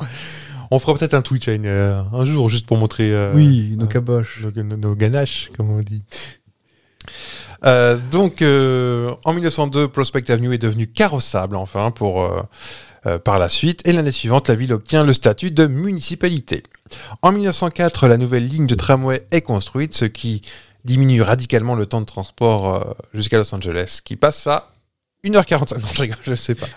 B: On fera peut-être un Twitch hein, euh, un jour juste pour montrer. euh,
D: oui, nos
B: euh,
D: caboches.
B: nos, nos- nos ganaches, comme on dit. Euh, donc, euh, en 1902, Prospect Avenue est devenue carrossable, enfin, pour, euh, euh, par la suite. Et l'année suivante, la ville obtient le statut de municipalité. En 1904, la nouvelle ligne de tramway est construite, ce qui diminue radicalement le temps de transport euh, jusqu'à Los Angeles, qui passe à 1h45. Non, je rigole, je sais pas.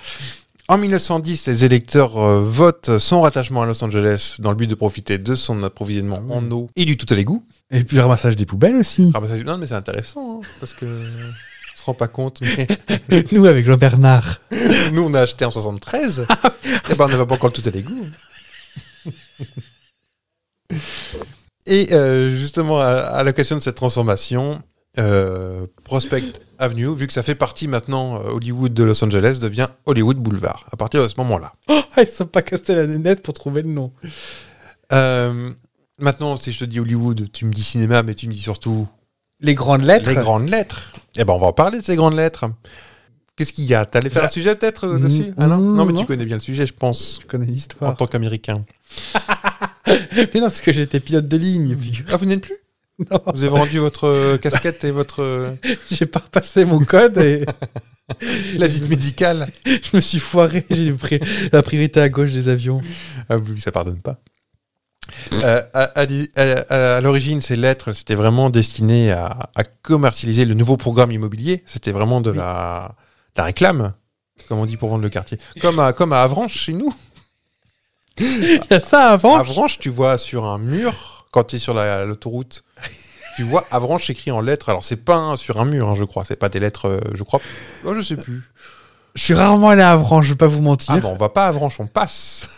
B: En 1910, les électeurs euh, votent son rattachement à Los Angeles dans le but de profiter de son approvisionnement
D: Ah oui.
B: en eau et du tout à l'égout.
D: Et puis le ramassage des poubelles aussi.
B: Ah bah ça, non, mais c'est intéressant, hein, parce que on se rend pas compte, mais (laughs)
D: Nous, avec Jean-Bernard.
B: nous, on a acheté en 73, et ben on n'avait pas encore le tout à l'égout. Et euh, justement, à, à l'occasion de cette transformation, euh, Prospect Avenue, vu que ça fait partie maintenant euh, Hollywood de Los Angeles, devient Hollywood Boulevard, à partir de ce moment-là.
D: Ah, ils se sont pas cassés la lunette pour trouver le nom.
B: Euh, maintenant, si je te dis Hollywood, tu me dis cinéma, mais tu me dis surtout
D: Les grandes lettres
B: Les grandes lettres. Eh ben, on va en parler de ces grandes lettres. Qu'est-ce qu'il y a T'allais faire un sujet peut-être euh,
D: Mmh,
B: dessus Ah non,
D: mmh,
B: non, mais
D: non.
B: tu connais bien le sujet, je pense,
D: Je connais
B: en
D: l'histoire.
B: tant qu'Américain.
A: (laughs) Mais non, parce que j'étais pilote de ligne. figure.
B: Ah, vous n'êtes plus
A: Non,
B: Vous avez vendu votre euh, casquette et votre euh,
A: (laughs) j'ai pas repassé mon code et (laughs)
B: la visite médicale.
A: je me suis foiré. (laughs) J'ai pris la priorité à gauche des avions.
B: Ah oui, ça pardonne pas. Euh, à, à l'i- à- à l'origine, ces lettres, c'était vraiment destiné à, à commercialiser le nouveau programme immobilier. C'était vraiment de la, de la réclame, comme on dit pour vendre le quartier. Comme à, comme à Avranches, chez nous.
A: Il y a ça avant.
D: Ah.
B: Avranches, tu vois sur un mur, quand tu es sur la- l'autoroute, tu vois Avranches écrit en lettres. Alors, c'est pas un- sur un mur, hein, je crois. C'est pas des lettres, euh, je crois. Oh, je sais plus.
A: Je suis rarement allé à Avranches, je vais pas vous mentir.
B: Ah, bon, on va pas à Avranches, on passe.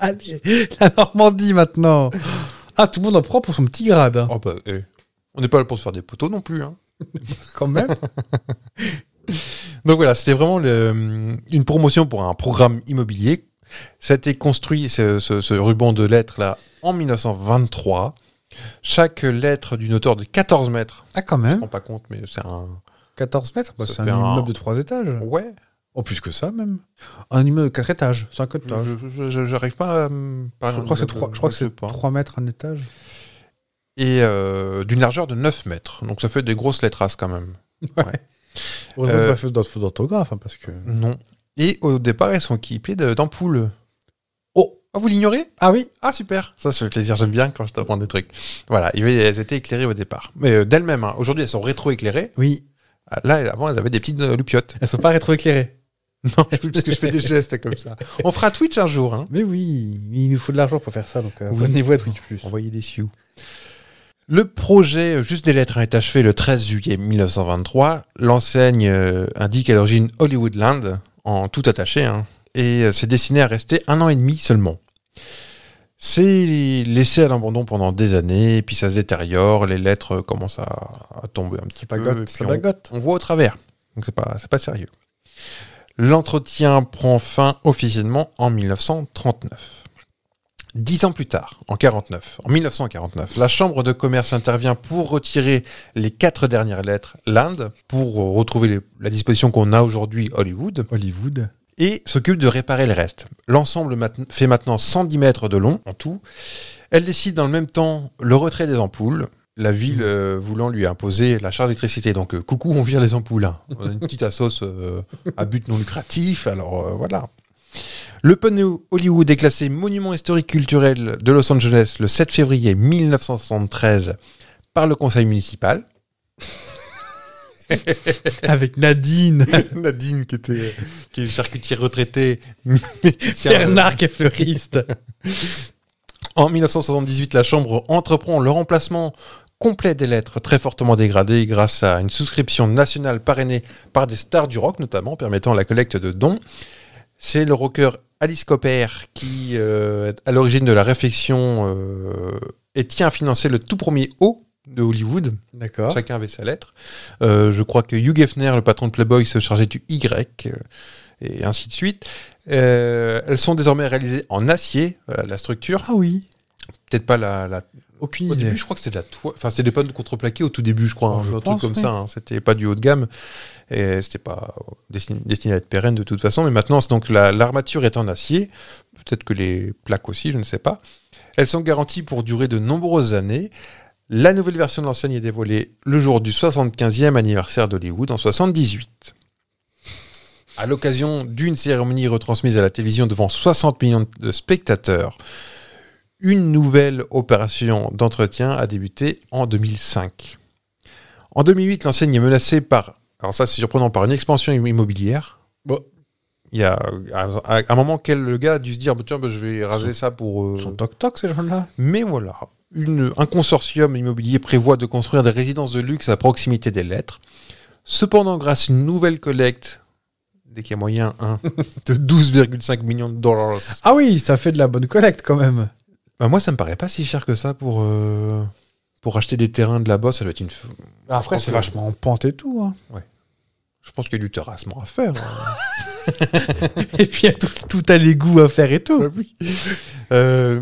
A: Allez, la Normandie maintenant. Ah, tout le monde en prend pour son petit grade, hein,
B: Oh, bah, eh. On n'est pas là pour se faire des poteaux non plus. Hein.
A: quand même.
B: Donc voilà, c'était vraiment le- euh, une promotion pour un programme immobilier. Ça a été construit, ce, ce- ce ruban de lettres-là, en 1923. Chaque lettre d'une hauteur de 14 mètres.
D: Ah, quand
B: Je ne
D: même.
B: rends pas compte, mais c'est un...
D: 14 mètres, bah,
B: Ça
D: c'est un
B: fait un-
D: immeuble de 3 étages.
B: Ouais,
D: Oh, plus que ça, même. Un immeuble de 4 étages, 5
B: je-
D: étages.
B: je- je- j'arrive pas à... me parler
D: Je crois que c'est
B: de-
D: 3, je crois que
B: Ah, je sais
D: c'est
B: pas.
D: 3 mètres un étage.
B: Et euh, d'une largeur de 9 mètres. Donc ça fait des grosses lettrasses quand même.
D: Heureusement
B: Euh,
D: qu'on a fait d'autres fautes d'orthographe, hein, parce que.
B: Non. Et au départ, elles sont équipées de- d'ampoules. Oh Ah, vous l'ignorez
D: Ah oui
B: Ah super, ça c'est le plaisir, j'aime bien quand je t'apprends des trucs. Voilà, il y avait- elles étaient éclairées au départ. Mais euh, d'elles-mêmes, hein. aujourd'hui elles sont rétro-éclairées.
A: Oui.
B: Ah, Là, avant elles avaient des petites euh, loupiotes.
A: Elles sont pas rétroéclairées.
B: (laughs) Non, parce que je fais des gestes comme ça. On fera Twitch un jour, hein.
D: Mais oui, il nous faut de l'argent pour faire ça, donc euh,
B: Oui.
D: abonnez-vous à Twitch Plus.
B: Envoyez des sioux. Le projet euh, Juste des lettres est achevé le 13 juillet 1923. L'enseigne euh, indique à l'origine Hollywoodland, en tout attaché, hein, et euh, c'est destiné à rester un an et demi seulement. C'est laissé à l'abandon pendant des années, et puis ça se détériore, les lettres euh, commencent à, à tomber un petit
D: Ça
B: peu. et
D: bagote,
B: puis
D: ça
B: on-
D: bagote.
B: on voit au travers. Donc c'est pas, c'est pas sérieux. L'entretien prend fin officiellement en 1939. Dix ans plus tard, en 49, en 1949, la Chambre de commerce intervient pour retirer les quatre dernières lettres l'Inde, pour euh, retrouver les- la disposition qu'on a aujourd'hui Hollywood,
D: Hollywood.
B: et s'occupe de réparer le reste. L'ensemble maten- fait maintenant 110 mètres de long en tout. Elle décide dans le même temps le retrait des ampoules, la ville euh, voulant lui imposer la charge d'électricité. Donc euh, coucou, on vire les ampoules. hein. On a une petite assos euh, à but non lucratif, alors euh, voilà. Le panneau Hollywood est classé monument historique culturel de Los Angeles le 7 février 1973 par le conseil municipal.
A: Avec Nadine,
B: (laughs) Nadine, qui était qui est charcutière (laughs) retraité,
A: Bernard qui
D: (laughs)
A: est fleuriste.
B: En 1978, la Chambre entreprend le remplacement complet des lettres très fortement dégradées grâce à une souscription nationale parrainée par des stars du rock notamment, permettant la collecte de dons. C'est le rocker Alice Cooper qui euh, est à l'origine de la réflexion euh, et tient à financer le tout premier O de Hollywood.
D: D'accord.
B: Chacun avait sa lettre. Euh, je crois que Hugh Hefner, le patron de Playboy, se chargeait du Y, euh, et ainsi de suite. Euh, elles sont désormais réalisées en acier, euh, la structure.
A: Ah oui.
B: Peut-être pas la, la-
A: Aucune
B: Au
A: idée.
B: début, je crois que c'était de la toile. Enfin, c'était des pannes contreplaquées au tout début, je crois.
A: Oh,
B: hein,
A: je
B: un truc
A: pense,
B: comme
A: oui.
B: ça. hein. C'était pas du haut de gamme. Et c'était pas destiné, destiné à être pérenne de toute façon. Mais maintenant, c'est donc la- l'armature est en acier. Peut-être que les plaques aussi, je ne sais pas. Elles sont garanties pour durer de nombreuses années. La nouvelle version de l'enseigne est dévoilée le jour du 75e anniversaire d'Hollywood en 78. À l'occasion d'une cérémonie retransmise à la télévision devant 60 millions de spectateurs, une nouvelle opération d'entretien a débuté en 2005. En 2008, l'enseigne est menacée par, alors ça c'est surprenant, par une expansion immobilière.
D: Bon.
B: Il y a à, à un moment quel le gars a dû se dire bah, tiens bah, je vais raser ça pour euh,
D: Ils sont toc-toc, ces gens-là.
B: mais voilà, une- un consortium immobilier prévoit de construire des résidences de luxe à proximité des lettres. Cependant, grâce à une nouvelle collecte, dès qu'il y a moyen, hein, de 12,5 millions de dollars.
D: Ah oui, ça fait de la bonne collecte, quand même.
B: Bah, moi, ça me paraît pas si cher que ça pour, euh, pour acheter des terrains de là-bas. Ça doit être une.
D: Après,
B: pense
D: c'est
B: que-
D: vachement en pente et tout. Hein.
B: Je pense qu'il y a du terrassement à faire.
A: (laughs)
B: hein.
A: Et puis, il y a tout, tout à l'égout à faire et tout.
B: Euh,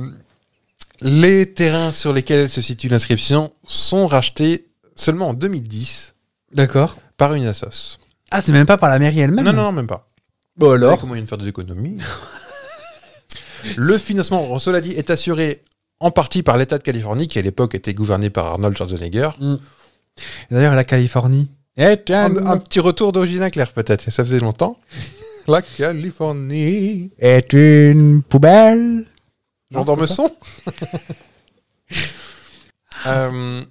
B: les terrains sur lesquels se situe l'inscription sont rachetés seulement en 2010
A: D'accord.
B: par une assoce.
A: Ah, c'est même pas par la mairie elle-même
B: Non, non, même pas.
A: Bon
B: Alors
A: alors.
B: Comment il y a de faire des économies (laughs) Le financement, bon, cela dit, est assuré en partie par l'État de Californie, qui à l'époque était gouverné par Arnold Schwarzenegger.
D: D'ailleurs, la Californie.
B: Un, un petit retour d'origine à Claire, peut-être, ça faisait longtemps. La Californie.
D: est une poubelle.
B: J'endors me son. (laughs) Euh,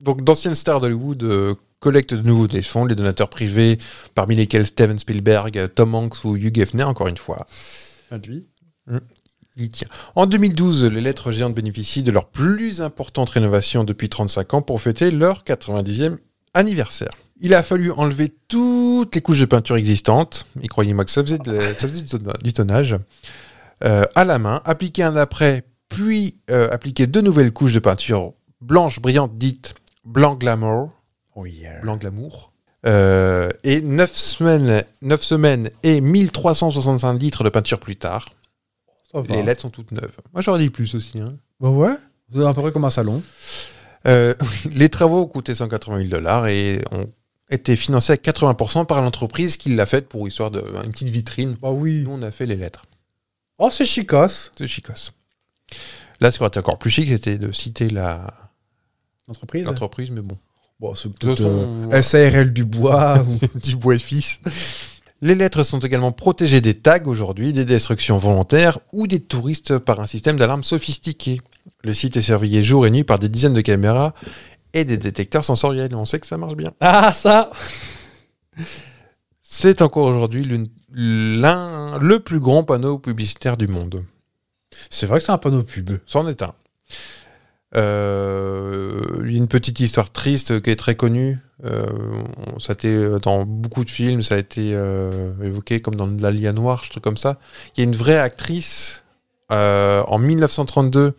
B: donc, d'anciennes stars d'Hollywood euh, collectent de nouveau des fonds, les donateurs privés, parmi lesquels Steven Spielberg, euh, Tom Hanks ou Hugh Hefner, encore une fois. Il tient. En 2012, les lettres géantes bénéficient de leur plus importante rénovation depuis 35 ans pour fêter leur 90e anniversaire. Il a fallu enlever toutes les couches de peinture existantes, et croyez-moi que ça faisait, de la- ça faisait du tonna- du tonnage, euh, à la main, appliquer un après, puis euh, appliquer deux nouvelles couches de peinture blanche brillante dite blanc glamour,
D: Oui. euh,
B: blanc glamour, euh, et 9 semaines, 9 semaines et 1365 litres de peinture plus tard.
D: ça va.
B: Les lettres sont toutes neuves. Moi, j'aurais dit plus aussi. hein.
D: Bah ouais. C'est à peu près comme un salon.
B: Euh, (laughs) les travaux ont coûté 180 000 dollars et ont été financés à 80% par l'entreprise qui l'a faite pour histoire d'une petite vitrine.
D: Bah oui.
B: Nous, on a fait les lettres.
D: Oh, c'est chicasse.
B: C'est chicos. Là, ce qui aurait été encore plus chic, c'était de citer la-
D: Entreprise.
B: l'entreprise, mais bon.
D: Bon, c'est
B: De toute
D: peut-être
B: façon,
D: euh, SARL du bois. (laughs) ou-
B: (laughs) du bois et fils. Les lettres sont également protégées des tags aujourd'hui, des destructions volontaires ou des touristes par un système d'alarme sophistiqué. Le site est surveillé jour et nuit par des dizaines de caméras et des détecteurs sensoriels. On sait que ça marche bien.
A: Ah, ça
B: C'est encore aujourd'hui l'une- l'un, le plus grand panneau publicitaire du monde.
D: C'est vrai que c'est un panneau pub.
B: C'en est un. Euh, il y a une petite histoire triste qui est très connue. Euh, on- ça a été euh, dans beaucoup de films, ça a été euh, évoqué comme dans L'Alien Noir, je truc comme ça. Il y a une vraie actrice euh, en 1932,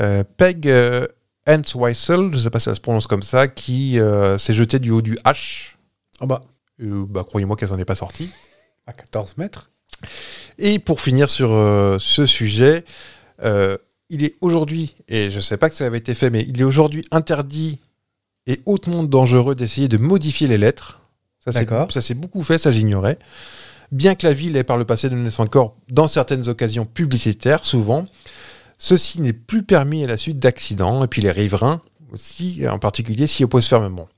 B: euh, Peg euh, Entwistle, je ne sais pas si ça se prononce comme ça, qui euh, s'est jetée du haut du H.
D: Ah bah.
B: Euh, bah, Croyez-moi qu'elle s'en est pas sortie.
D: À 14 mètres.
B: Et pour finir sur euh, ce sujet, euh, il est aujourd'hui, et je ne sais pas que ça avait été fait, mais il est aujourd'hui interdit et hautement dangereux d'essayer de modifier les lettres. Ça, c'est-
D: D'accord.
B: Ça s'est beaucoup fait, ça j'ignorais. Bien que la ville ait par le passé donné son corps dans certaines occasions publicitaires, souvent, ceci n'est plus permis à la suite d'accidents, et puis les riverains aussi, en particulier, s'y opposent fermement.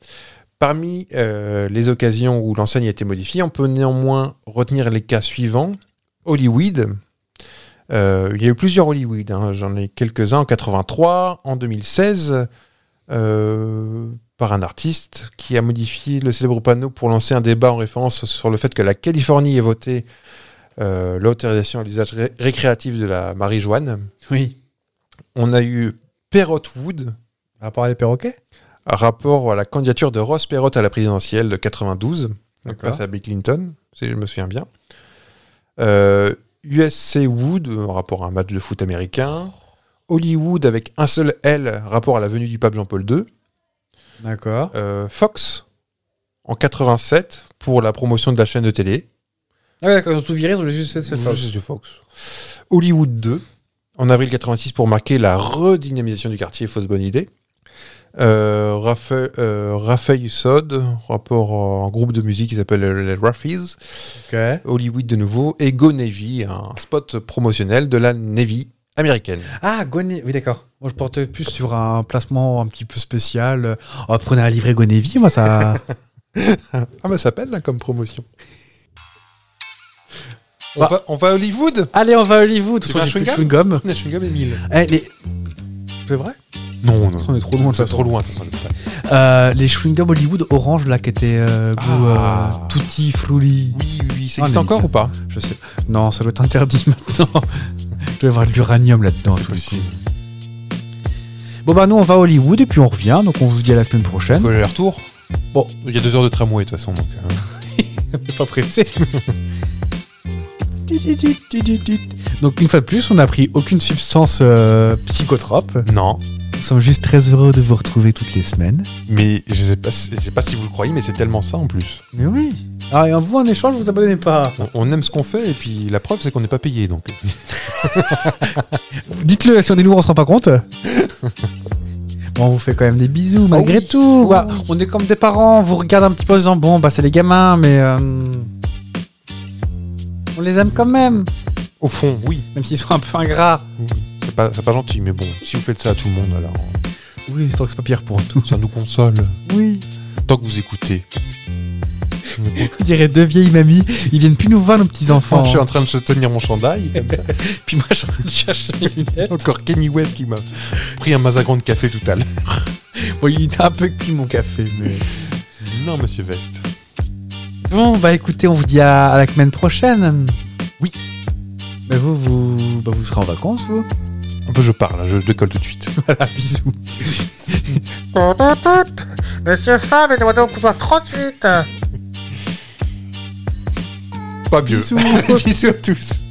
B: Parmi euh, les occasions où l'enseigne a été modifiée, on peut néanmoins retenir les cas suivants. Hollywood. Euh, il y a eu plusieurs Hollywood. hein. J'en ai quelques-uns en 83, en 2016, euh, par un artiste qui a modifié le célèbre panneau pour lancer un débat en référence sur le fait que la Californie ait voté euh, l'autorisation à l'usage ré- récréatif de la marijuana.
D: Oui.
B: On a eu Perrot Wood,
D: Rapport à les perroquets
B: un rapport à la candidature de Ross Perot à la présidentielle de 92, donc
D: D'accord.
B: face à Bill Clinton, si je me souviens bien. Euh, USC Wood, euh, en rapport à un match de foot américain. Hollywood avec un seul L, rapport à la venue du pape Jean-Paul II.
D: D'accord.
B: Euh, Fox en 87 pour la promotion de la chaîne de télé.
D: Ah ouais, d'accord, ils ont tout viré, ils ont juste fait ce
B: Juste du Fox. Hollywood 2 en avril 86 pour marquer la redynamisation du quartier, fausse bonne idée. Euh, Raphaël, euh, Raphaël Sod, rapport à un groupe de musique qui s'appelle les Raffies.
D: Ok.
B: Hollywood de nouveau. Et Go Navy, un spot promotionnel de la Navy américaine.
D: Ah, Goné. Oui, d'accord.
A: Moi, je portais plus sur un placement un petit peu spécial. Oh, prenez un livret Gonévi,
D: (laughs)
A: moi, ça.
B: Ah, bah ça pète là comme promotion. Bah. On, va, on va à Hollywood
A: Allez, on va à Hollywood.
B: Tu veux un
A: J'ai plus de
B: chewing-gum
A: chewing-gum.
B: Nashville Emile.
A: Eh, les
D: C'est vrai
B: Non, non.
D: On est trop loin de
B: C'est
D: toute façon.
B: trop loin, de toute façon, le truc.
A: euh, les chewing-gum Hollywood orange, là, qui étaient euh, goût
B: Ah.
A: euh, tutti, frutti.
B: Oui, oui, oui. Ça
A: Ah,
B: existe
A: mais-
B: encore ou pas
A: Je sais. Non, ça doit être interdit (laughs) maintenant. Je dois y avoir de l'uranium là-dedans. tous les coups. Bon, bah, nous, on va à Hollywood et puis on revient. Donc, on vous dit à la semaine prochaine.
B: le retour Hein? Bon, il y a deux heures de tramway de toute façon. Donc, euh,
A: pas pressé. (laughs) Tit, tit, tit, tit, tit, tit. Donc une fois de plus, on n'a pris aucune substance euh, psychotrope.
B: Non,
A: Nous sommes juste très heureux de vous retrouver toutes les semaines.
B: mais je sais pas, si- je sais pas si vous le croyez, mais c'est tellement ça en plus.
A: Mais oui.
D: Ah, et en vous, en échange, vous abonnez pas.
B: On, on aime ce qu'on fait et puis la preuve c'est qu'on n'est pas payé (laughs) donc.
A: Dites-le, si on est lourd, on se rend pas compte. (laughs) Bon, on vous fait quand même des bisous malgré
B: oui.
A: tout.
B: Oh
A: Bah,
B: oui.
A: On est comme des parents, on vous regarde un petit peu en disant bon, bah c'est les gamins, mais euh, on les aime quand même.
B: Au fond, oui.
D: Même s'ils sont un peu ingrats.
B: C'est pas, c'est pas gentil, mais bon, si vous faites ça à tout le monde, alors
A: Oui, tant que c'est pas pire pour nous.
B: ça nous console.
A: (laughs) Oui.
B: Tant que vous écoutez.
A: On dirait deux vieilles mamies, ils viennent plus nous voir, nos petits enfants.
B: Moi, je suis en train de se tenir mon chandail, comme ça.
A: Puis moi, je suis en train de (laughs) chercher mes lunettes.
B: (laughs) Encore Kenny West qui m'a pris un mazagon de café tout à l'heure.
A: Bon, il était un peu cuit, mon café, mais.
B: Non, monsieur Vest.
A: Bon, bah écoutez, on vous dit à, à la semaine prochaine.
B: Oui.
A: Mais vous, vous, bah, vous serez en vacances, vous
B: Un peu, je parle, hein, je décolle tout de suite.
A: Voilà, bisous.
F: (laughs) Monsieur Fab est demandé au couloir 38.
B: Pas mieux.
A: Bisous.
B: (laughs) Bisous à tous.